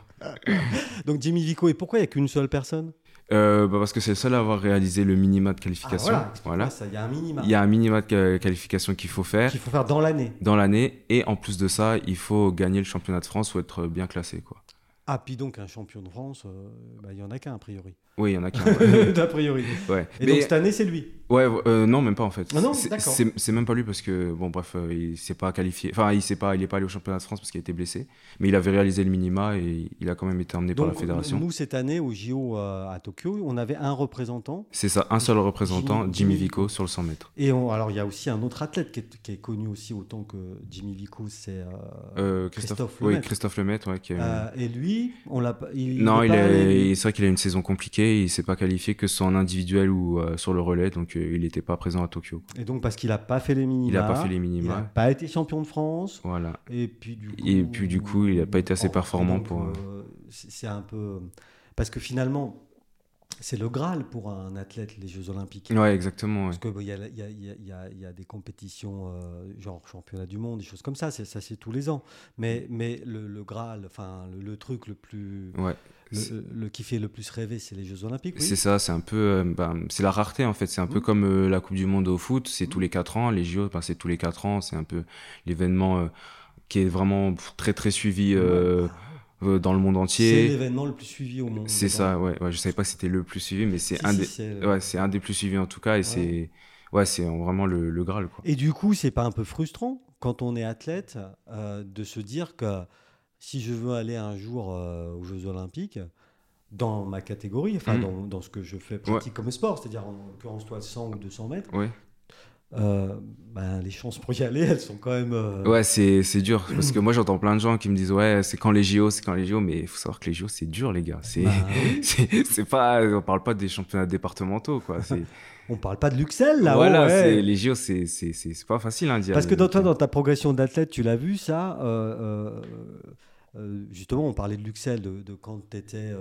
Speaker 1: Donc Jimmy Vico, et pourquoi il n'y a qu'une seule personne
Speaker 2: Euh, bah, parce que c'est le seul à avoir réalisé le minima de qualification.
Speaker 1: Ah, voilà. ça, il y a un minimum
Speaker 2: Il y a un minima de ca- qualification qu'il faut faire.
Speaker 1: qu'il faut faire dans l'année.
Speaker 2: dans l'année. Et en plus de ça, il faut gagner le championnat de France ou être bien classé. Quoi.
Speaker 1: Ah, puis donc un champion de France, euh, bah, il y en a qu'un a
Speaker 2: [LAUGHS]
Speaker 1: priori.
Speaker 2: Oui, il y en a
Speaker 1: [LAUGHS]
Speaker 2: qui.
Speaker 1: a priori.
Speaker 2: ouais.
Speaker 1: Et
Speaker 2: Mais,
Speaker 1: donc cette année, c'est lui.
Speaker 2: ouais, euh, non, même pas en fait.
Speaker 1: Ah non,
Speaker 2: C'est-
Speaker 1: d'accord.
Speaker 2: c'est c'est même pas lui parce que, bon, bref, euh, il s'est pas qualifié. Enfin, il s'est pas, il est pas allé au championnat de France parce qu'il a été blessé. Mais il avait réalisé le minima et il a quand même été emmené par
Speaker 1: Donc
Speaker 2: la fédération.
Speaker 1: nous, cette année, au JO euh, à Tokyo, on avait un représentant.
Speaker 2: C'est ça, un seul représentant,
Speaker 1: Jimmy-
Speaker 2: Jimmy
Speaker 1: Jimmy
Speaker 2: Vico, sur le 100 mètres.
Speaker 1: Et on- alors, il y a aussi un autre athlète qui est, qui est connu aussi autant que Jimmy Vico, c'est... euh,
Speaker 2: Euh, Christophe,
Speaker 1: Christophe
Speaker 2: oui,
Speaker 1: Lemaitre.
Speaker 2: Christophe Lemaitre, ouais, qui est-
Speaker 1: euh, et lui, on l'a pas... il-
Speaker 2: non,
Speaker 1: est
Speaker 2: il
Speaker 1: pas allé,
Speaker 2: est,
Speaker 1: lui.
Speaker 2: c'est vrai qu'il a une saison compliquée. Il s'est pas qualifié que ce soit en individuel ou euh, sur le relais, donc euh, il n'était pas présent à Tokyo.
Speaker 1: Et donc, parce qu'il n'a pas fait les minima.
Speaker 2: Il n'a pas fait les
Speaker 1: Il n'a
Speaker 2: minima.
Speaker 1: pas été champion de France.
Speaker 2: Voilà.
Speaker 1: Et puis du coup,
Speaker 2: Et puis, du coup, il a pas été assez
Speaker 1: Oh,
Speaker 2: performant
Speaker 1: donc,
Speaker 2: pour, euh,
Speaker 1: euh, c'est c'est un peu parce que finalement, c'est le graal pour un athlète les Jeux Olympiques.
Speaker 2: Ouais, exactement. ouais.
Speaker 1: Parce que bon, il y, a- il y a- il y a- il y a- il y a des compétitions euh, genre championnat du monde, des choses comme ça. c'est- Ça c'est tous les ans. Mais mais le, le graal, enfin le, le truc le plus
Speaker 2: Ouais. C'est-
Speaker 1: le, le- qui fait le plus rêver, c'est les Jeux Olympiques. oui.
Speaker 2: C'est ça, c'est un peu. euh, ben, c'est la rareté en fait. C'est un peu
Speaker 1: Mm.
Speaker 2: comme euh, la Coupe du Monde au foot, c'est
Speaker 1: Mm.
Speaker 2: tous les 4 ans. Les JO, ben, c'est tous les 4 ans. C'est un peu l'événement euh, qui est vraiment pff, très très suivi euh, euh, dans le monde
Speaker 1: C'est
Speaker 2: entier.
Speaker 1: l'événement le plus suivi au monde.
Speaker 2: C'est ça, ouais, ouais. Je savais pas que c'était le plus suivi, mais c'est
Speaker 1: Si,
Speaker 2: un,
Speaker 1: si,
Speaker 2: des...
Speaker 1: c'est- euh,
Speaker 2: ouais, c'est un des plus suivis en tout cas. Et c'est. Ouais, c'est vraiment le, le Graal quoi.
Speaker 1: Et du coup, c'est pas un peu frustrant quand on est athlète euh, de se dire que si je veux aller un jour euh, aux Jeux Olympiques, dans ma catégorie, enfin
Speaker 2: Mhm.
Speaker 1: dans, dans ce que je fais pratique comme sport, c'est-à-dire en l'occurrence toi 100 ou 200 mètres,
Speaker 2: Ouais,
Speaker 1: euh, ben, les chances pour y aller, elles sont quand même. euh,
Speaker 2: ouais c'est c'est dur parce
Speaker 1: [CLEARS THROAT]
Speaker 2: que moi j'entends plein de gens qui me disent ouais, c'est quand les JO, c'est quand les JO, mais il faut savoir que les JO c'est dur les gars. C'est.
Speaker 1: ben, oui.
Speaker 2: [LAUGHS] C'est c'est pas, on parle pas des championnats départementaux, quoi. C'est-
Speaker 1: on parle pas de Luxel là.
Speaker 2: voilà,
Speaker 1: ouais.
Speaker 2: c'est- les JO, c'est- c'est c'est- c'est pas facile, hein, d'y
Speaker 1: Parce que
Speaker 2: aller.
Speaker 1: dans, toi, dans ta progression d'athlète, tu l'as vu, ça. euh, euh, euh, justement, on parlait de Luxel, de, de quand tu étais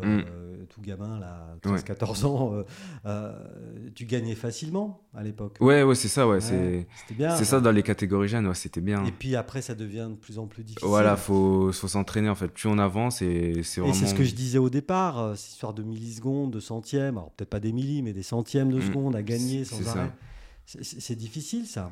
Speaker 1: tout gamin, là, 13,
Speaker 2: Mm. Ouais.
Speaker 1: 14 ans. euh, euh, tu gagnais facilement à l'époque.
Speaker 2: Ouais, ouais, c'est ça, ouais,
Speaker 1: Ouais,
Speaker 2: c'est
Speaker 1: C'était bien.
Speaker 2: c'est ça dans les catégories jeunes, ouais, c'était bien.
Speaker 1: Et puis après, ça devient de plus en plus difficile.
Speaker 2: Voilà, faut, faut s'entraîner en fait. Plus on avance, et c'est
Speaker 1: Et
Speaker 2: vraiment.
Speaker 1: c'est ce que je disais au départ, euh, cette histoire de millisecondes, de centièmes, alors peut-être pas des millis, mais des centièmes de
Speaker 2: Mm.
Speaker 1: secondes à gagner
Speaker 2: C'est
Speaker 1: sans
Speaker 2: ça.
Speaker 1: arrêt. C'est- C'est c'est difficile ça.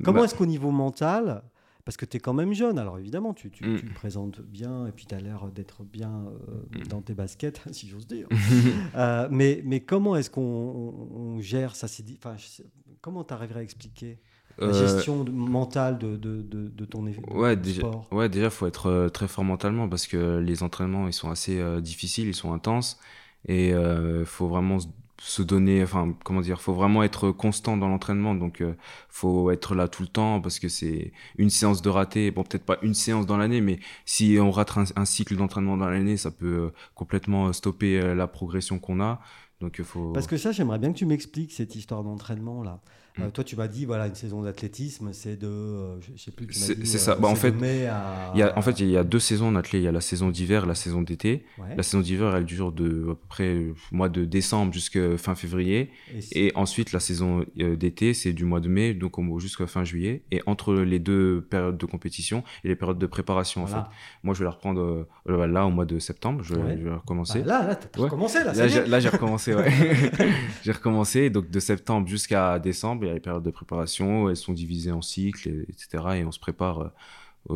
Speaker 2: Bah,
Speaker 1: Comment est-ce qu'au niveau mental, Parce que tu es quand même jeune, alors évidemment, tu, tu,
Speaker 2: Mm.
Speaker 1: tu te présentes bien et puis tu as l'air d'être bien euh,
Speaker 2: Mm.
Speaker 1: dans tes baskets, [LAUGHS] si j'ose dire.
Speaker 2: [LAUGHS]
Speaker 1: Euh, mais, mais comment est-ce qu'on on- on gère ça c'est, di- enfin, je sais- Comment tu arriverais à expliquer la
Speaker 2: Euh,
Speaker 1: gestion de- mentale de, de, de, de ton éve-
Speaker 2: Ouais,
Speaker 1: de ton
Speaker 2: déjà, Oh.
Speaker 1: sport
Speaker 2: ouais, déjà, faut être euh, très fort mentalement parce que les entraînements, ils sont assez euh, difficiles, ils sont intenses et euh, faut vraiment se- se donner, enfin, comment dire, faut vraiment être constant dans l'entraînement. Donc, euh, faut être là tout le temps parce que c'est une séance de raté. Bon, peut-être pas une séance dans l'année, mais si on rate un, un cycle d'entraînement dans l'année, ça peut euh, complètement stopper euh, la progression qu'on a. Donc, il faut.
Speaker 1: Parce que ça, j'aimerais bien que tu m'expliques cette histoire d'entraînement là. Euh,
Speaker 2: Mm.
Speaker 1: toi, tu m'as dit voilà une saison d'athlétisme, c'est de, euh, je je sais plus. tu m'as
Speaker 2: C'est-
Speaker 1: dit,
Speaker 2: c'est ça. Bah, en
Speaker 1: c'est
Speaker 2: fait,
Speaker 1: de mai à-
Speaker 2: Il y a, en fait, il y a deux saisons en athlète. Il y a la saison d'hiver, la saison d'été.
Speaker 1: Ouais.
Speaker 2: La saison d'hiver, elle dure de à peu près euh, mois de décembre jusqu'à fin février.
Speaker 1: Et c'est-
Speaker 2: Et ensuite, la saison euh, d'été, c'est du mois de mai, donc au- jusqu'à fin juillet. Et entre les deux périodes de compétition et les périodes de préparation, en
Speaker 1: voilà.
Speaker 2: fait, moi, je vais la reprendre euh, euh, là au mois de septembre. Je,
Speaker 1: Ouais.
Speaker 2: je vais la recommencer.
Speaker 1: Ah, là, là, t'as
Speaker 2: Ouais.
Speaker 1: recommencé là.
Speaker 2: Là,
Speaker 1: ça y est.
Speaker 2: j'ai- là, j'ai
Speaker 1: [LAUGHS]
Speaker 2: recommencé, ouais. [LAUGHS] j'ai recommencé, donc de septembre jusqu'à décembre, il y a les périodes de préparation, elles sont divisées en cycles, et- etc. Et on se prépare euh,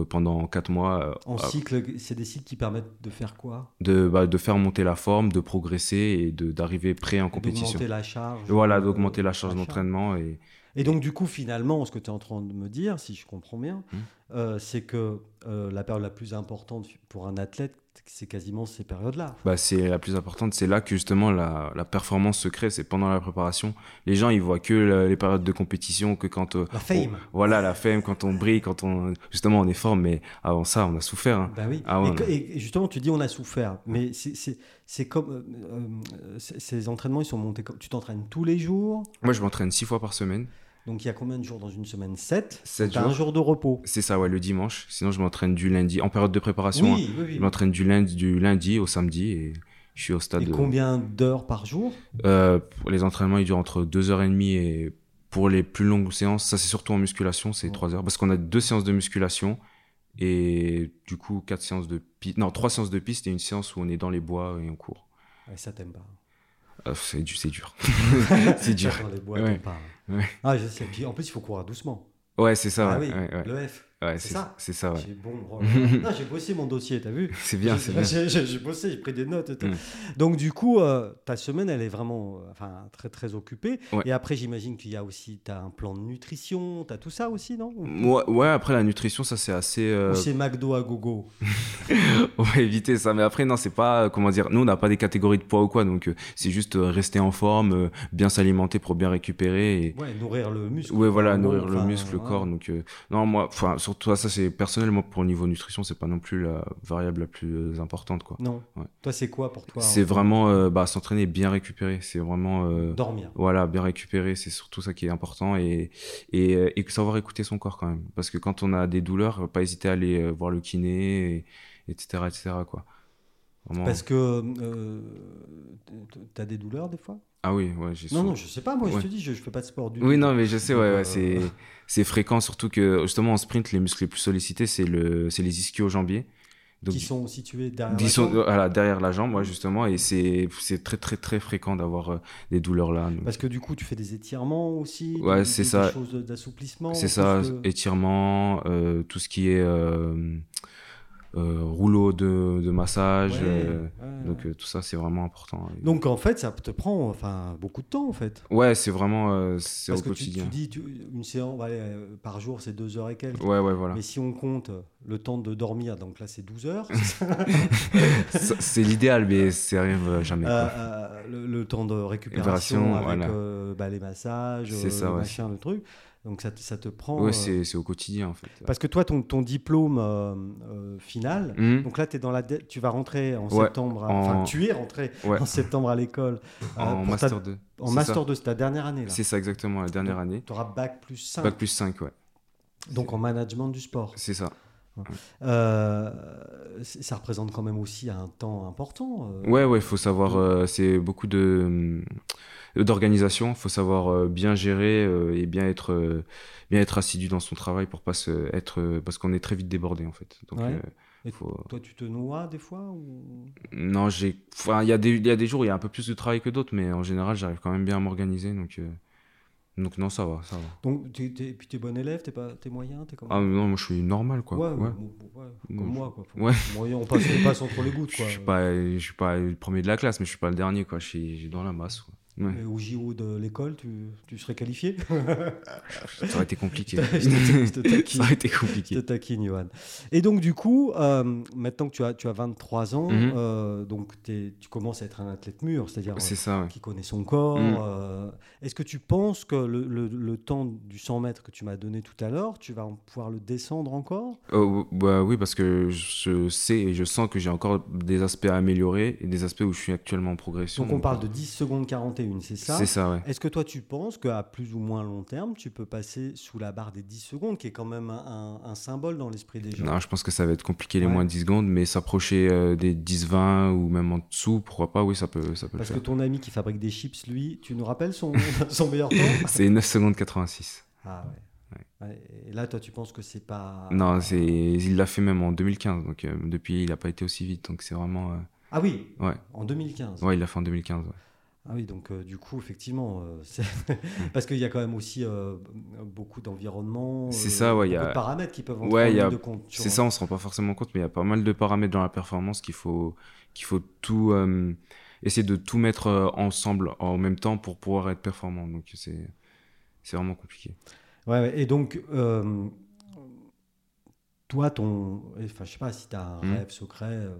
Speaker 2: euh, pendant quatre mois euh,
Speaker 1: En
Speaker 2: à-
Speaker 1: cycle, c'est des cycles qui permettent de faire quoi
Speaker 2: de, bah, de faire monter la forme, de progresser et de- d'arriver prêt en compétition.
Speaker 1: D'augmenter la charge.
Speaker 2: Voilà,
Speaker 1: euh,
Speaker 2: d'augmenter la charge d'entraînement et
Speaker 1: Et donc, du coup, finalement, ce que tu es en train de me dire, si je comprends bien,
Speaker 2: Mm.
Speaker 1: euh, c'est que euh, la période la plus importante pour un athlète, c'est quasiment ces périodes-là.
Speaker 2: bah, c'est la plus importante. C'est là que justement la, la performance se crée, c'est pendant la préparation. Les gens, ils voient que la- les périodes de compétition, que quand. euh,
Speaker 1: La fame.
Speaker 2: on- voilà, la fame, quand on brille, quand on. Justement, on est fort, mais avant ça, on a souffert. hein.
Speaker 1: Ben oui.
Speaker 2: Ah
Speaker 1: et,
Speaker 2: ouais,
Speaker 1: que-
Speaker 2: non.
Speaker 1: et justement, tu dis on a souffert, mais c'est- c'est c'est comme euh, euh, c- ces entraînements, ils sont montés. Comme, tu t'entraînes tous les jours,
Speaker 2: Moi, je m'entraîne six fois par semaine.
Speaker 1: donc il y a combien de jours dans une semaine 7
Speaker 2: Sept
Speaker 1: T'as un
Speaker 2: jours.
Speaker 1: jour de repos.
Speaker 2: C'est ça, ouais, le dimanche. Sinon, je m'entraîne du lundi. En période de préparation, hein,
Speaker 1: Oui, oui,
Speaker 2: je
Speaker 1: oui.
Speaker 2: m'entraîne du lundi, du lundi au samedi et je suis au stade.
Speaker 1: Et
Speaker 2: euh,
Speaker 1: combien d'heures par jour
Speaker 2: Euh, pour les entraînements, ils durent entre 2h30 et pour les plus longues séances, ça c'est surtout en musculation, c'est
Speaker 1: Ouais.
Speaker 2: 3 heures. Parce qu'on a deux séances de musculation et du coup quatre séances de piste. Non, trois séances de piste et une séance où on est dans les bois et on court.
Speaker 1: Ouais, Ça t'aime pas.
Speaker 2: Euh, c'est du- c'est dur. [LAUGHS] c'est dur.
Speaker 1: Dans les bois,
Speaker 2: Ouais.
Speaker 1: t'aimes pas.
Speaker 2: Ouais.
Speaker 1: Ah, je sais. Puis en plus, il faut courir doucement.
Speaker 2: Ouais, c'est ça.
Speaker 1: ah
Speaker 2: ouais,
Speaker 1: oui,
Speaker 2: ouais, ouais.
Speaker 1: le F.
Speaker 2: Ouais,
Speaker 1: c'est
Speaker 2: c'est
Speaker 1: ça.
Speaker 2: C'est ça, ouais.
Speaker 1: J'ai bon. oh
Speaker 2: [LAUGHS]
Speaker 1: là là. Non, j'ai bossé mon dossier, t'as vu
Speaker 2: C'est
Speaker 1: [LAUGHS]
Speaker 2: bien, c'est bien.
Speaker 1: J'ai j'ai- j'ai bossé, j'ai pris des notes. et tout.
Speaker 2: Mm.
Speaker 1: Donc du coup, euh, ta semaine, elle est vraiment euh, enfin, très très occupée.
Speaker 2: Ouais.
Speaker 1: Et après, j'imagine qu'il y a aussi, tu as un plan de nutrition, tu as tout ça aussi, non Ou-
Speaker 2: Ouais, ouais, après la nutrition, ça c'est assez. euh,
Speaker 1: Ou c'est McDo à gogo
Speaker 2: [LAUGHS] on va éviter ça mais après non c'est pas euh, comment dire nous on n'a pas des catégories de poids ou quoi donc euh, c'est juste euh, rester en forme euh, bien s'alimenter pour bien récupérer et
Speaker 1: Ouais, nourrir le muscle.
Speaker 2: ouais voilà
Speaker 1: le corps,
Speaker 2: nourrir le
Speaker 1: enfin,
Speaker 2: muscle le
Speaker 1: ouais.
Speaker 2: corps donc euh, non moi enfin surtout ça c'est personnel moi pour le niveau nutrition c'est pas non plus la variable la plus euh, importante quoi
Speaker 1: Non.
Speaker 2: Ouais.
Speaker 1: Toi, c'est quoi pour toi
Speaker 2: c'est vraiment euh, bah s'entraîner bien récupérer c'est vraiment euh,
Speaker 1: Dormir.
Speaker 2: voilà, bien récupérer, c'est surtout ça qui est important et, et, euh, et savoir écouter son corps quand même. Parce que quand on a des douleurs, euh, pas hésiter à aller euh, voir le kiné, et, etc., etc., quoi. Vraiment.
Speaker 1: Parce que euh, tu as des douleurs des fois
Speaker 2: Ah oui, ouais, j'ai
Speaker 1: Non,
Speaker 2: sou-
Speaker 1: non, je sais pas, moi, je
Speaker 2: Ouais.
Speaker 1: te dis, je, je fais pas de sport du tout.
Speaker 2: Oui, non, mais je sais, ouais,
Speaker 1: Donc,
Speaker 2: ouais,
Speaker 1: euh,
Speaker 2: c'est, c'est fréquent, surtout que justement en sprint, les muscles les plus sollicités, c'est, le, c'est les ischio-jambiers. Donc,
Speaker 1: Qui sont situés derrière.
Speaker 2: qui
Speaker 1: la
Speaker 2: sont,
Speaker 1: jambe.
Speaker 2: voilà, derrière la jambe, ouais, justement, et c'est, c'est très, très, très fréquent d'avoir euh, des douleurs là. Donc,
Speaker 1: Parce que du coup, tu fais des étirements aussi.
Speaker 2: Ouais,
Speaker 1: des-
Speaker 2: c'est
Speaker 1: des-
Speaker 2: ça.
Speaker 1: Des choses d'assouplissement.
Speaker 2: C'est
Speaker 1: des
Speaker 2: ça,
Speaker 1: choses de-
Speaker 2: étirement, euh, tout ce qui est euh, euh, rouleau de, de massage.
Speaker 1: Ouais,
Speaker 2: euh,
Speaker 1: ouais.
Speaker 2: donc euh, tout ça, c'est vraiment important. Et-
Speaker 1: Donc, en fait, ça te prend enfin beaucoup de temps en fait.
Speaker 2: ouais, c'est vraiment euh, c'est au
Speaker 1: Parce que tu,
Speaker 2: quotidien.
Speaker 1: tu dis tu- une séance allez, euh, par jour c'est deux heures et quelques.
Speaker 2: Ouais, ouais,
Speaker 1: [LAUGHS]
Speaker 2: voilà.
Speaker 1: Mais si on compte le temps de dormir, donc là c'est 12
Speaker 2: [LAUGHS]
Speaker 1: heures,
Speaker 2: Ça, c'est l'idéal, mais ça arrive jamais. quoi.
Speaker 1: Euh, euh, le, le temps de récupération
Speaker 2: Récupération,
Speaker 1: avec
Speaker 2: voilà.
Speaker 1: euh, bah, les massages,
Speaker 2: C'est
Speaker 1: euh,
Speaker 2: ça,
Speaker 1: le
Speaker 2: ouais.
Speaker 1: machin, le truc. Donc ça, te- ça te prend. euh,
Speaker 2: ouais, c'est c'est au quotidien en fait.
Speaker 1: Parce que toi, ton, ton diplôme euh, euh, final,
Speaker 2: Mhm.
Speaker 1: Donc là, es dans la dé- tu vas rentrer en
Speaker 2: Ouais,
Speaker 1: septembre, à-
Speaker 2: en-
Speaker 1: enfin tu es rentré
Speaker 2: Ouais,
Speaker 1: en septembre à l'école. euh,
Speaker 2: Ah, en
Speaker 1: pour ta-
Speaker 2: master 2.
Speaker 1: en
Speaker 2: c'est
Speaker 1: master
Speaker 2: ça.
Speaker 1: 2, c'est ta dernière année.
Speaker 2: C'est ça exactement, la dernière année.
Speaker 1: Tu auras bac plus 5,
Speaker 2: Bac plus 5, ouais.
Speaker 1: donc en management du sport.
Speaker 2: C'est ça.
Speaker 1: Euh, c- ça représente quand même aussi un temps important. euh,
Speaker 2: Ouais, ouais, faut savoir, euh, c'est beaucoup de euh, d'organisation. Faut savoir euh, bien gérer euh, et bien être euh, bien être assidu dans son travail pour pas se être euh, parce qu'on est très vite débordé en fait. Donc
Speaker 1: Ouais.
Speaker 2: euh,
Speaker 1: Et
Speaker 2: faut-
Speaker 1: Toi, tu te noies des fois ou...
Speaker 2: non, j'ai, enfin, il y a des il y a des jours où il y a un peu plus de travail que d'autres, mais en général, j'arrive quand même bien à m'organiser. Donc euh, Donc non, ça va, ça va.
Speaker 1: Donc, t'es, t'es, puis t'es bon élève, t'es, pas, t'es moyen, t'es comment
Speaker 2: Ah mais non, moi je suis normal quoi.
Speaker 1: ouais,
Speaker 2: Ouais.
Speaker 1: bon, bon, ouais, comme
Speaker 2: je-
Speaker 1: moi, quoi. Faut-
Speaker 2: ouais.
Speaker 1: moyen, on passe, on passe entre les gouttes,
Speaker 2: Je [LAUGHS]
Speaker 1: quoi.
Speaker 2: suis pas, je suis pas le premier de la classe, mais je suis pas le dernier quoi. Je suis je suis dans la masse. Quoi. Ouais.
Speaker 1: Mais au JO Euh, de l'école, tu, tu serais
Speaker 2: [LAUGHS]
Speaker 1: qualifié
Speaker 2: Ça aurait
Speaker 1: [LAUGHS]
Speaker 2: été compliqué.
Speaker 1: Je te- je te taquine.
Speaker 2: [LAUGHS] ça aurait été
Speaker 1: Je te
Speaker 2: compliqué.
Speaker 1: taquine, Johan. Et donc, du coup, euh, maintenant que tu as, tu as 23 ans,
Speaker 2: Mhm.
Speaker 1: euh, donc t'es- tu commences à être un athlète mûr, c'est-à-dire euh,
Speaker 2: C'est ça. ouais.
Speaker 1: qui connaît son corps.
Speaker 2: Mm.
Speaker 1: euh, Est-ce que tu penses que le, le- le temps du 100 mètres que tu m'as donné tout à l'heure, tu vas en pouvoir le descendre encore
Speaker 2: Oh, bah oui, parce que je sais et je sens que j'ai encore des aspects à améliorer et des aspects où je suis actuellement en progression. euh,
Speaker 1: Donc on parle de 10 secondes 41, c'est ça
Speaker 2: C'est ça, ouais.
Speaker 1: Est-ce que toi tu penses qu'à plus ou moins long terme, tu peux passer sous la barre des 10 secondes, qui est quand même un, un- un symbole dans l'esprit des gens
Speaker 2: Non, je pense que ça va être compliqué les
Speaker 1: Ouais.
Speaker 2: moins de 10 secondes, mais s'approcher euh, des 10-20 ou même en dessous, pourquoi pas, oui, ça peut, ça peut le
Speaker 1: Parce
Speaker 2: faire.
Speaker 1: que ton ami qui fabrique des chips, lui, tu nous rappelles son, [LAUGHS] son meilleur temps
Speaker 2: [LAUGHS] C'est 9 secondes 86.
Speaker 1: Ah ouais. Ouais, Et là, toi, tu penses que c'est pas.
Speaker 2: Non, c'est il l'a fait même en 2015, donc euh, depuis il n'a pas été aussi vite, donc c'est vraiment. euh,
Speaker 1: Ah oui
Speaker 2: Ouais.
Speaker 1: En 2015.
Speaker 2: Ouais, il l'a fait en 2015. ouais.
Speaker 1: Ah oui, donc euh, du coup, effectivement, euh, [LAUGHS] c'est- parce qu'il y a quand même aussi euh, beaucoup d'environnement, euh,
Speaker 2: C'est ça, ouais, il y
Speaker 1: beaucoup
Speaker 2: a-
Speaker 1: de paramètres qui peuvent entrer
Speaker 2: Ouais,
Speaker 1: en
Speaker 2: il y a-
Speaker 1: ligne de compte. tu
Speaker 2: C'est
Speaker 1: vois.
Speaker 2: ça, on se rend pas forcément compte, mais il y a pas mal de paramètres dans la performance qu'il faut, qu'il faut tout euh, essayer de tout mettre euh, ensemble en même temps pour pouvoir être performant. Donc c'est, c'est vraiment compliqué.
Speaker 1: Ouais, ouais, et donc, euh, toi, ton, enfin, je sais pas si tu as un
Speaker 2: Mhm.
Speaker 1: rêve secret. euh,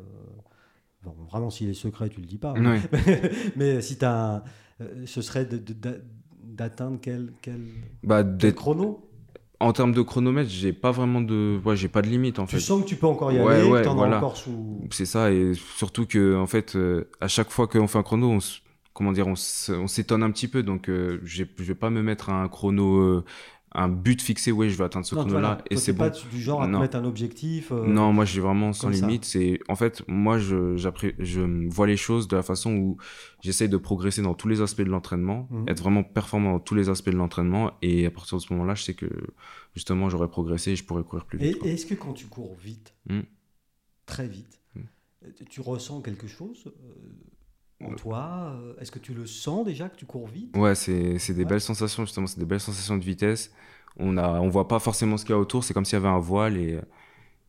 Speaker 1: bon, vraiment, s'il est secret, tu le dis pas. [LAUGHS]
Speaker 2: Ouais.
Speaker 1: Mais si tu as, un... euh, ce serait de- de- d'a- d'atteindre quel, quel...
Speaker 2: Bah
Speaker 1: quel
Speaker 2: d'être,
Speaker 1: chrono
Speaker 2: en termes de chronomètre, j'ai pas vraiment de, ouais, j'ai pas de limite en
Speaker 1: Tu
Speaker 2: fait.
Speaker 1: sens que tu peux encore y
Speaker 2: Ouais,
Speaker 1: aller,
Speaker 2: ouais,
Speaker 1: que tu en as
Speaker 2: voilà.
Speaker 1: encore sous.
Speaker 2: C'est ça, et surtout que en fait, euh, à chaque fois qu'on fait un chrono, on s- comment dire, on s- on s'étonne un petit peu. Donc, euh, j'ai- je vais pas me mettre un chrono, euh, un but fixé. Ouais, je vais atteindre ce
Speaker 1: Non, toi,
Speaker 2: chrono-là,
Speaker 1: là,
Speaker 2: et
Speaker 1: toi,
Speaker 2: c'est
Speaker 1: t'es
Speaker 2: bon.
Speaker 1: pas du genre à te
Speaker 2: Non.
Speaker 1: mettre un objectif. euh,
Speaker 2: Non, moi j'ai vraiment sans
Speaker 1: comme ça.
Speaker 2: limite. C'est en fait moi je j'appré- je vois les choses de la façon où j'essaye de progresser dans tous les aspects de l'entraînement,
Speaker 1: Mhm.
Speaker 2: être vraiment performant dans tous les aspects de l'entraînement et à partir de ce moment-là, je sais que justement j'aurais progressé et je pourrais courir plus vite. quoi.
Speaker 1: Et est-ce que quand tu cours vite,
Speaker 2: Mm.
Speaker 1: très vite,
Speaker 2: Mm.
Speaker 1: tu ressens quelque chose euh, en
Speaker 2: Euh.
Speaker 1: toi euh, Est-ce que tu le sens déjà que tu cours vite
Speaker 2: Ouais, c'est c'est des
Speaker 1: Ouais.
Speaker 2: belles sensations justement, c'est des belles sensations de vitesse. On a on voit pas forcément ce qu'il y a autour, c'est comme s'il y avait un voile et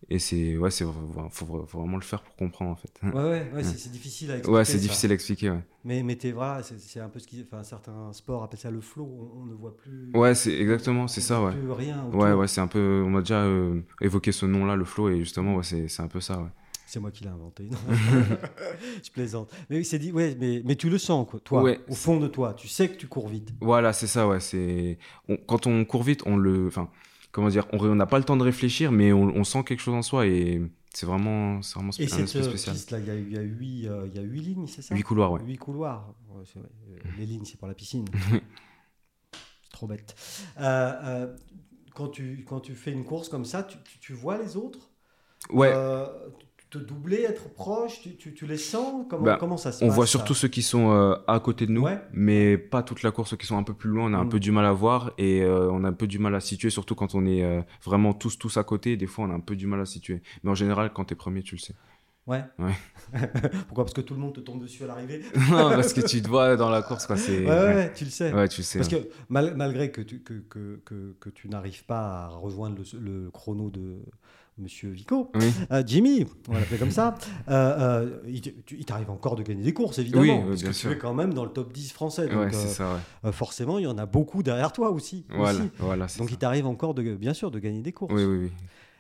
Speaker 2: et c'est ouais, c'est faut, vra- faut vraiment le faire pour comprendre en fait.
Speaker 1: Ouais, ouais, ouais, c'est c'est difficile à expliquer.
Speaker 2: Hmm. Ouais, c'est
Speaker 1: ça.
Speaker 2: difficile à expliquer. Ouais.
Speaker 1: Mais, mais t'es- voilà, c'est c'est un peu ce qui. Enfin, certains sports appellent ça le flow, on, on ne voit plus.
Speaker 2: Ouais, c'est exactement, c'est
Speaker 1: on
Speaker 2: ça,
Speaker 1: voit
Speaker 2: ouais.
Speaker 1: Plus rien. autour.
Speaker 2: Ouais, ouais, c'est un peu. On a déjà euh, évoqué ce nom-là, le flow, et justement, ouais, c'est c'est un peu ça, ouais.
Speaker 1: C'est moi qui l'ai inventé. Non. [LAUGHS] je plaisante. Mais oui, c'est dit. Ouais, mais, mais tu le sens, quoi, toi,
Speaker 2: Ouais.
Speaker 1: au fond de toi. Tu sais que tu cours vite.
Speaker 2: Voilà, c'est ça, ouais. C'est on- quand on court vite, on le, enfin, comment dire, on ré- on n'a pas le temps de réfléchir, mais on, on sent quelque chose en soi, et c'est vraiment, c'est vraiment
Speaker 1: Et
Speaker 2: spé- un
Speaker 1: cette
Speaker 2: aspect
Speaker 1: euh,
Speaker 2: spécial.
Speaker 1: piste-là, il y a- il y, a huit, euh, il y a huit lignes, c'est ça
Speaker 2: Huit couloirs, ouais.
Speaker 1: Huit couloirs. Ouais, c'est vrai. Euh, Les lignes, c'est pour la
Speaker 2: [LAUGHS]
Speaker 1: piscine. c'est trop bête. Euh, euh, quand, tu, quand tu fais une course comme ça, tu, tu- tu vois les autres
Speaker 2: Ouais.
Speaker 1: Euh, tu- Te doubler, être proche, tu, tu- tu les sens Comment,
Speaker 2: Bah,
Speaker 1: comment ça se passe
Speaker 2: On voit
Speaker 1: ça
Speaker 2: surtout ceux qui sont euh, à côté de nous,
Speaker 1: Ouais.
Speaker 2: mais pas toute la course, ceux qui sont un peu plus loin, on a un
Speaker 1: Mm.
Speaker 2: peu du mal à voir et euh, on a un peu du mal à situer, surtout quand on est euh, vraiment tous tous à côté, des fois on a un peu du mal à situer. Mais en général, quand t'es premier, tu le sais.
Speaker 1: [LAUGHS]
Speaker 2: [LAUGHS]
Speaker 1: Ouais.
Speaker 2: Ouais.
Speaker 1: [LAUGHS] Pourquoi Parce que tout le monde te tombe dessus à l'arrivée.
Speaker 2: non, parce que tu te vois dans la course, quoi. C'est...
Speaker 1: Ouais, ouais, ouais, tu le sais.
Speaker 2: Ouais, tu sais. hein.
Speaker 1: Parce
Speaker 2: ouais.
Speaker 1: que mal- malgré que tu, que, que- que- que tu n'arrives pas à rejoindre le, le chrono de Monsieur Vico,
Speaker 2: Oui.
Speaker 1: euh, Jimmy, on l'appelait comme ça, euh, euh, il, te- tu- il t'arrive encore de gagner des courses, évidemment,
Speaker 2: Oui, oui,
Speaker 1: parce
Speaker 2: bien
Speaker 1: que
Speaker 2: sûr.
Speaker 1: tu es quand même dans le top 10 français. Donc,
Speaker 2: ouais, c'est
Speaker 1: euh,
Speaker 2: ça, ouais.
Speaker 1: euh, forcément, il y en a beaucoup derrière toi aussi.
Speaker 2: Voilà,
Speaker 1: aussi.
Speaker 2: voilà, c'est
Speaker 1: Donc,
Speaker 2: ça.
Speaker 1: il t'arrive encore, de, bien sûr, de gagner des courses.
Speaker 2: Oui, oui, oui.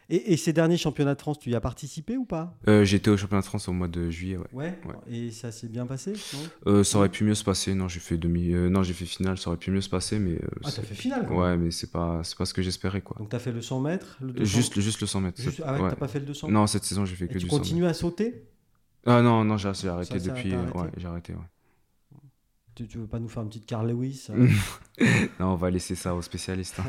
Speaker 1: Et, et ces derniers championnats de France, tu y as participé ou pas
Speaker 2: Euh, j'étais au championnat de France au mois de juillet, ouais.
Speaker 1: ouais, Et ça s'est bien passé non
Speaker 2: Euh, ça aurait pu mieux se passer. Non, j'ai fait demi. euh, non, j'ai fait finale. Ça aurait pu mieux se passer, mais. euh,
Speaker 1: Ah,
Speaker 2: c'est-
Speaker 1: t'as fait finale. quoi.
Speaker 2: Ouais, mais c'est pas, c'est pas ce que j'espérais, quoi.
Speaker 1: Donc, t'as fait le 100 mètres, le 200
Speaker 2: Juste, juste le 100 mètres.
Speaker 1: Juste-
Speaker 2: c'est-
Speaker 1: Ah ouais,
Speaker 2: ouais.
Speaker 1: t'as pas fait le 200
Speaker 2: Non, cette saison, j'ai fait
Speaker 1: Et
Speaker 2: que
Speaker 1: tu
Speaker 2: du 100 mètres.
Speaker 1: continues à sauter
Speaker 2: Ah non, non, j'ai, j'ai arrêté
Speaker 1: ça,
Speaker 2: depuis.
Speaker 1: t'as
Speaker 2: euh,
Speaker 1: arrêté
Speaker 2: ouais, j'ai arrêté. ouais.
Speaker 1: Tu, tu veux pas nous faire une petite Carl Lewis
Speaker 2: Mm.
Speaker 1: hein
Speaker 2: Non, on va laisser ça aux spécialistes. hein.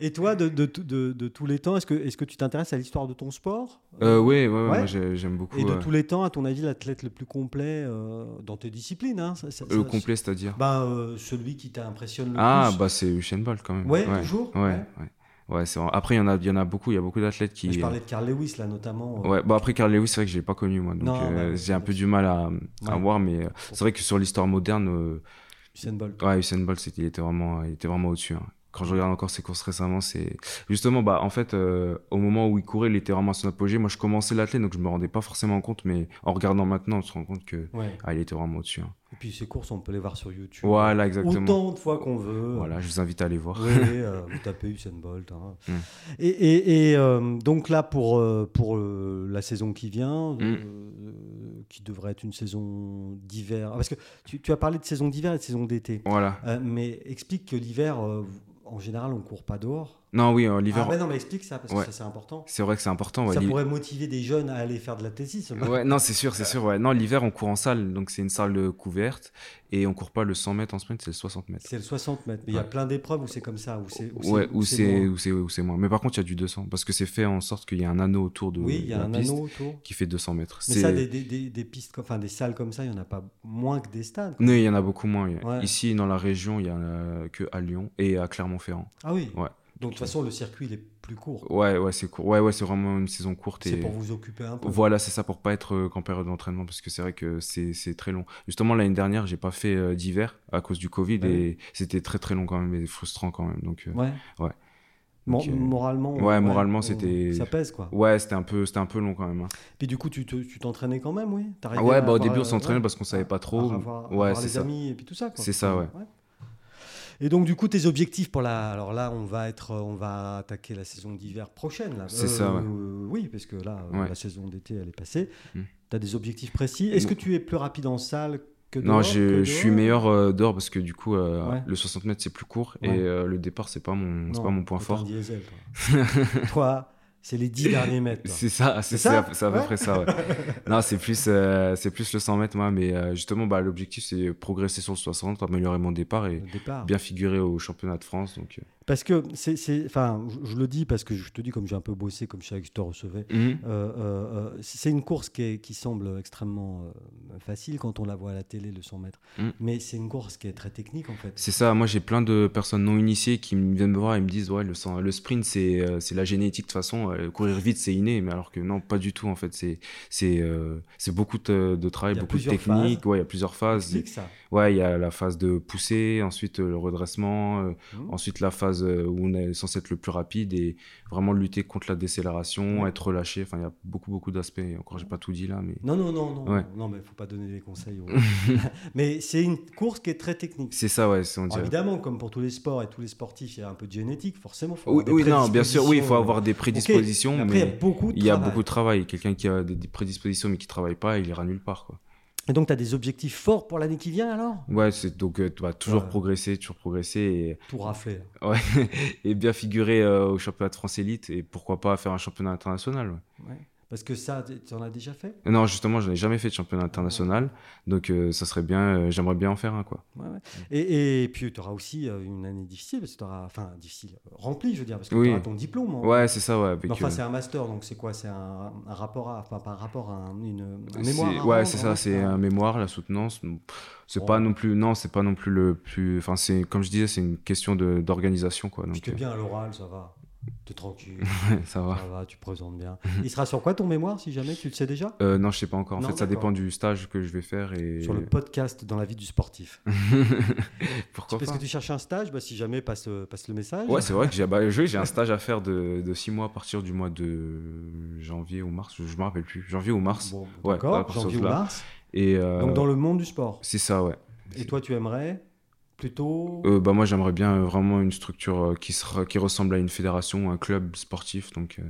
Speaker 1: Et toi, de, de, de- de tous les temps, est-ce que, est-ce que tu t'intéresses à l'histoire de ton sport
Speaker 2: euh, ouais, ouais, ouais,
Speaker 1: Ouais.
Speaker 2: moi, j'ai- j'aime beaucoup.
Speaker 1: Et de
Speaker 2: euh,
Speaker 1: tous les temps, à ton avis, l'athlète le plus complet euh, dans tes disciplines hein, ça- ça-
Speaker 2: le
Speaker 1: ça-
Speaker 2: Euh, complet, c'est-à-dire.
Speaker 1: bah, euh, Celui qui t'impressionne le
Speaker 2: Ah,
Speaker 1: plus
Speaker 2: bah c'est Usain Bolt quand même.
Speaker 1: Ouais, toujours
Speaker 2: Ouais,
Speaker 1: Ouais. Bah,
Speaker 2: ouais. Ouais, c'est vrai. Après, il y, en a, il y en a beaucoup, il y a beaucoup d'athlètes qui. euh,
Speaker 1: Je parlais de Carl Lewis, là, notamment. euh,
Speaker 2: Ouais, bah après, Carl Lewis, c'est vrai que je l'ai pas connu, moi. Donc,
Speaker 1: Non,
Speaker 2: euh,
Speaker 1: ouais, ouais,
Speaker 2: j'ai un
Speaker 1: ouais.
Speaker 2: peu du mal à, à
Speaker 1: Ouais.
Speaker 2: voir, mais euh, c'est vrai que sur l'histoire moderne, euh,
Speaker 1: Usain Bolt.
Speaker 2: Ouais, Usain Bolt, c'était- il était vraiment, il était vraiment au-dessus. hein. Quand je regarde encore ses courses récemment, c'est justement, bah, en fait, euh, au moment où il courait, il était vraiment à son apogée. Moi, je commençais l'athlète, donc je me rendais pas forcément compte, mais en regardant maintenant, on se rend compte que
Speaker 1: Ouais.
Speaker 2: ah, il était vraiment au-dessus. hein.
Speaker 1: Et puis ces courses, on peut les voir sur YouTube.
Speaker 2: Voilà, exactement.
Speaker 1: Autant euh, de fois qu'on veut.
Speaker 2: Voilà, je vous invite à aller voir.
Speaker 1: Oui, oui, [LAUGHS] euh, vous tapez Usain Bolt. hein.
Speaker 2: Mm.
Speaker 1: Et, et- et, euh, donc là, pour, euh, pour euh, la saison qui vient,
Speaker 2: Mm.
Speaker 1: euh, qui devrait être une saison d'hiver. Ah, Parce que tu, tu as parlé de saison d'hiver et de saison d'été.
Speaker 2: Voilà.
Speaker 1: Euh, mais explique que l'hiver, euh, en général, on ne court pas dehors.
Speaker 2: Non, oui, euh,
Speaker 1: Ah,
Speaker 2: l'hiver,
Speaker 1: mais non, mais explique ça, parce
Speaker 2: Ouais.
Speaker 1: que ça, c'est important.
Speaker 2: c'est vrai que c'est important. ouais,
Speaker 1: ça
Speaker 2: l'hi-
Speaker 1: pourrait motiver des jeunes à aller faire de l'athlétisme.
Speaker 2: Ouais, non, c'est sûr, c'est sûr. Ouais. Non, l'hiver, on court en salle, donc c'est une salle euh, couverte. Et on court pas le 100 mètres en semaine, c'est le 60 mètres.
Speaker 1: C'est le 60 mètres. Mais il y a
Speaker 2: Ouais.
Speaker 1: plein d'épreuves où c'est comme ça. Où c'est, où c'est-
Speaker 2: Ouais, où c'est
Speaker 1: moins.
Speaker 2: où c'est où c'est moins. Mais par contre, il y a du 200 parce que c'est fait en sorte qu'il y a un anneau autour de,
Speaker 1: Oui, il y
Speaker 2: de
Speaker 1: a
Speaker 2: la
Speaker 1: un
Speaker 2: piste
Speaker 1: anneau autour.
Speaker 2: qui fait 200 mètres.
Speaker 1: Mais
Speaker 2: C'est-
Speaker 1: ça, des, des, des, des pistes, comme- enfin des salles comme ça, il n'y en a pas moins que des stades. quoi.
Speaker 2: Non, il y en a beaucoup moins.
Speaker 1: Ouais.
Speaker 2: Ici, dans la région, il y en a euh, que à Lyon et à Clermont-Ferrand.
Speaker 1: Ah oui.
Speaker 2: Ouais.
Speaker 1: Donc de toute façon, le circuit il est plus court.
Speaker 2: Ouais, ouais, c'est court. Ouais, ouais, c'est vraiment une saison courte.
Speaker 1: C'est
Speaker 2: et-
Speaker 1: pour vous occuper un peu.
Speaker 2: Voilà, c'est ça pour pas être euh, qu'en période d'entraînement parce que c'est vrai que c'est c'est très long. Justement, l'année dernière, j'ai pas fait euh, d'hiver à cause du Covid
Speaker 1: Ouais.
Speaker 2: et c'était très très long quand même et frustrant quand même. Donc, euh,
Speaker 1: Ouais.
Speaker 2: Ouais.
Speaker 1: Mo-
Speaker 2: Donc, euh,
Speaker 1: Moralement.
Speaker 2: ouais, moralement, c'était-
Speaker 1: Ça pèse quoi.
Speaker 2: ouais, c'était un, peu- c'était un peu long quand même. hein.
Speaker 1: Puis du coup, tu te- tu t'entraînais quand même, oui T'arrivais
Speaker 2: Ah ouais,
Speaker 1: à
Speaker 2: bah, au
Speaker 1: avoir,
Speaker 2: début, on
Speaker 1: euh,
Speaker 2: s'entraînait
Speaker 1: ouais,
Speaker 2: parce qu'on savait
Speaker 1: à-
Speaker 2: pas trop.
Speaker 1: à avoir- à
Speaker 2: ouais,
Speaker 1: avoir
Speaker 2: c'est
Speaker 1: les
Speaker 2: ça.
Speaker 1: amis et puis tout ça. quoi.
Speaker 2: C'est ça, ouais.
Speaker 1: Et donc du coup, tes objectifs pour la. Alors là, on va être, euh, on va attaquer la saison d'hiver prochaine. là.
Speaker 2: C'est ça, ouais.
Speaker 1: euh, Oui, parce que là, euh,
Speaker 2: Ouais.
Speaker 1: la saison d'été, elle est passée.
Speaker 2: Mm.
Speaker 1: Tu as des objectifs précis. Est-ce que tu es plus rapide en salle que dehors,
Speaker 2: Non, je,
Speaker 1: que
Speaker 2: je suis
Speaker 1: dehors
Speaker 2: meilleur euh, dehors parce que du coup, euh,
Speaker 1: Ouais.
Speaker 2: le 60 mètres c'est plus court
Speaker 1: Ouais.
Speaker 2: et euh, le départ c'est pas mon, c'est
Speaker 1: Non,
Speaker 2: pas mon point
Speaker 1: toi, t'es un
Speaker 2: fort.
Speaker 1: diesel, toi.
Speaker 2: [LAUGHS]
Speaker 1: Toi, c'est les 10 derniers mètres. toi.
Speaker 2: C'est ça, c'est
Speaker 1: C'est
Speaker 2: ça,
Speaker 1: ça
Speaker 2: c'est à peu
Speaker 1: Ouais. [LAUGHS]
Speaker 2: près ça. ouais. non, c'est plus, euh, c'est plus le 100 mètres moi, mais euh, justement, bah, l'objectif c'est progresser sur le 60, améliorer mon départ et
Speaker 1: Le départ.
Speaker 2: bien figurer au championnat de France. Donc, euh.
Speaker 1: Parce que c'est, c'est- enfin, je, je le dis parce que je te dis comme j'ai un peu bossé, comme je savais que je te recevais. euh, euh, euh, c'est une course qui, est- qui semble extrêmement euh, facile quand on la voit à la télé, le 100 mètres.
Speaker 2: Mm.
Speaker 1: Mais c'est une course qui est très technique en fait.
Speaker 2: C'est ça, moi j'ai plein de personnes non initiées qui me- viennent me voir et me disent Ouais, le, sang- le sprint c'est euh, c'est la génétique de toute façon, euh, courir vite c'est inné, mais alors que non, pas du tout en fait. C'est c'est euh, c'est beaucoup de, de travail,
Speaker 1: Il y a
Speaker 2: beaucoup de
Speaker 1: plusieurs
Speaker 2: technique,
Speaker 1: phases.
Speaker 2: ouais, il y a plusieurs phases.
Speaker 1: Explique ça.
Speaker 2: Ouais, il y a la phase de poussée, ensuite euh, le redressement, euh,
Speaker 1: Mhm.
Speaker 2: ensuite la phase euh, où on est censé être le plus rapide et vraiment lutter contre la décélération,
Speaker 1: Ouais.
Speaker 2: être relâché. Enfin, il y a beaucoup, beaucoup d'aspects. Encore, j'ai pas tout dit là, mais.
Speaker 1: Non, non, non, non,
Speaker 2: Ouais.
Speaker 1: non, mais faut pas donner des conseils.
Speaker 2: [LAUGHS]
Speaker 1: aux- [LAUGHS] mais c'est une course qui est très technique.
Speaker 2: C'est ça, ouais, c'est on
Speaker 1: Alors,
Speaker 2: dirait.
Speaker 1: évidemment, comme pour tous les sports et tous les sportifs, il y a un peu de génétique, forcément. faut avoir
Speaker 2: Oui,
Speaker 1: des
Speaker 2: oui, non, bien sûr, oui, il faut
Speaker 1: prédispositions.
Speaker 2: avoir des prédispositions,
Speaker 1: Après, il y a
Speaker 2: mais
Speaker 1: beaucoup de
Speaker 2: il y a
Speaker 1: travail.
Speaker 2: beaucoup de travail. Quelqu'un qui a des des prédispositions mais qui travaille pas, il ira nulle part, quoi.
Speaker 1: Et donc, tu as des objectifs forts pour l'année qui vient alors
Speaker 2: Ouais, c'est donc euh, tu vas toujours
Speaker 1: Ouais.
Speaker 2: progresser, toujours progresser
Speaker 1: Tout rafler. là.
Speaker 2: et, ouais, et bien figurer euh, au championnat de France élite et pourquoi pas faire un championnat international. ouais.
Speaker 1: Parce que ça, tu en as déjà fait
Speaker 2: Non, justement, je n'ai jamais fait de championnat international, donc euh, ça serait bien, euh, j'aimerais bien en faire un, quoi.
Speaker 1: Ouais, ouais. Et, et puis, tu auras aussi euh, une année difficile, parce que tu auras, enfin, difficile, euh, remplie, je veux dire, parce que
Speaker 2: Oui.
Speaker 1: tu auras ton diplôme. en-
Speaker 2: Ouais, c'est ça, ouais. avec,
Speaker 1: Mais enfin,
Speaker 2: euh,
Speaker 1: c'est un master, donc c'est quoi C'est un, un rapport à, enfin, pas un rapport à un- une, un
Speaker 2: c'est-
Speaker 1: mémoire. à
Speaker 2: ouais,
Speaker 1: rendre,
Speaker 2: c'est
Speaker 1: un
Speaker 2: ça,
Speaker 1: master.
Speaker 2: c'est euh, un mémoire, la soutenance. Pff, C'est
Speaker 1: Bon.
Speaker 2: pas non plus, non, c'est pas non plus le plus. Enfin, c'est comme je disais, c'est une question de- d'organisation, quoi.
Speaker 1: Puis
Speaker 2: Donc,
Speaker 1: t'es bien à l'oral, ça va. T'es tranquille,
Speaker 2: [LAUGHS] euh, ça va.
Speaker 1: ça va, tu présentes
Speaker 2: [LAUGHS]
Speaker 1: bien. Il sera sur quoi ton mémoire, si jamais tu le sais déjà
Speaker 2: Euh, non, je sais pas encore. En
Speaker 1: Non,
Speaker 2: fait, ça
Speaker 1: d'accord.
Speaker 2: dépend du stage que je vais faire et
Speaker 1: Sur le podcast dans la vie du sportif.
Speaker 2: [LAUGHS] pourquoi
Speaker 1: parce
Speaker 2: pas.
Speaker 1: que tu cherches un stage, bah, si jamais, passe, euh, passe le message.
Speaker 2: Ouais, c'est vrai que j'ai bah, je-
Speaker 1: [LAUGHS]
Speaker 2: j'ai un stage à faire de, de six mois à partir du mois de janvier ou mars, je, je me rappelle plus. Janvier ou mars.
Speaker 1: Bon,
Speaker 2: Ouais, bah, à
Speaker 1: d'accord,
Speaker 2: partir de
Speaker 1: janvier ou
Speaker 2: là.
Speaker 1: mars.
Speaker 2: Et euh,
Speaker 1: Donc dans le monde du sport.
Speaker 2: c'est ça, ouais.
Speaker 1: Et toi, tu aimerais plutôt
Speaker 2: Euh, bah moi j'aimerais bien euh, vraiment une structure euh, qui sera qui ressemble à une fédération, un club sportif donc euh,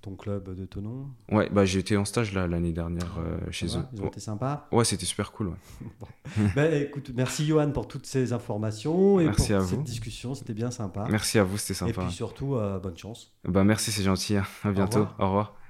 Speaker 1: ton club de ton nom
Speaker 2: ouais bah j'ai été en stage là l'année dernière euh,
Speaker 1: Ah, ça
Speaker 2: chez
Speaker 1: va
Speaker 2: eux.
Speaker 1: Ils ont été sympas.
Speaker 2: Ouais, c'était super cool. ouais.
Speaker 1: Ben, écoute, merci Johan pour toutes ces informations et
Speaker 2: Merci
Speaker 1: pour
Speaker 2: à
Speaker 1: cette
Speaker 2: vous.
Speaker 1: discussion. C'était bien sympa.
Speaker 2: Merci à vous, c'était
Speaker 1: Ah. et
Speaker 2: sympa.
Speaker 1: puis surtout, euh, bonne chance.
Speaker 2: Bah merci, c'est gentil. hein. À bientôt.
Speaker 1: revoir.
Speaker 2: Au revoir.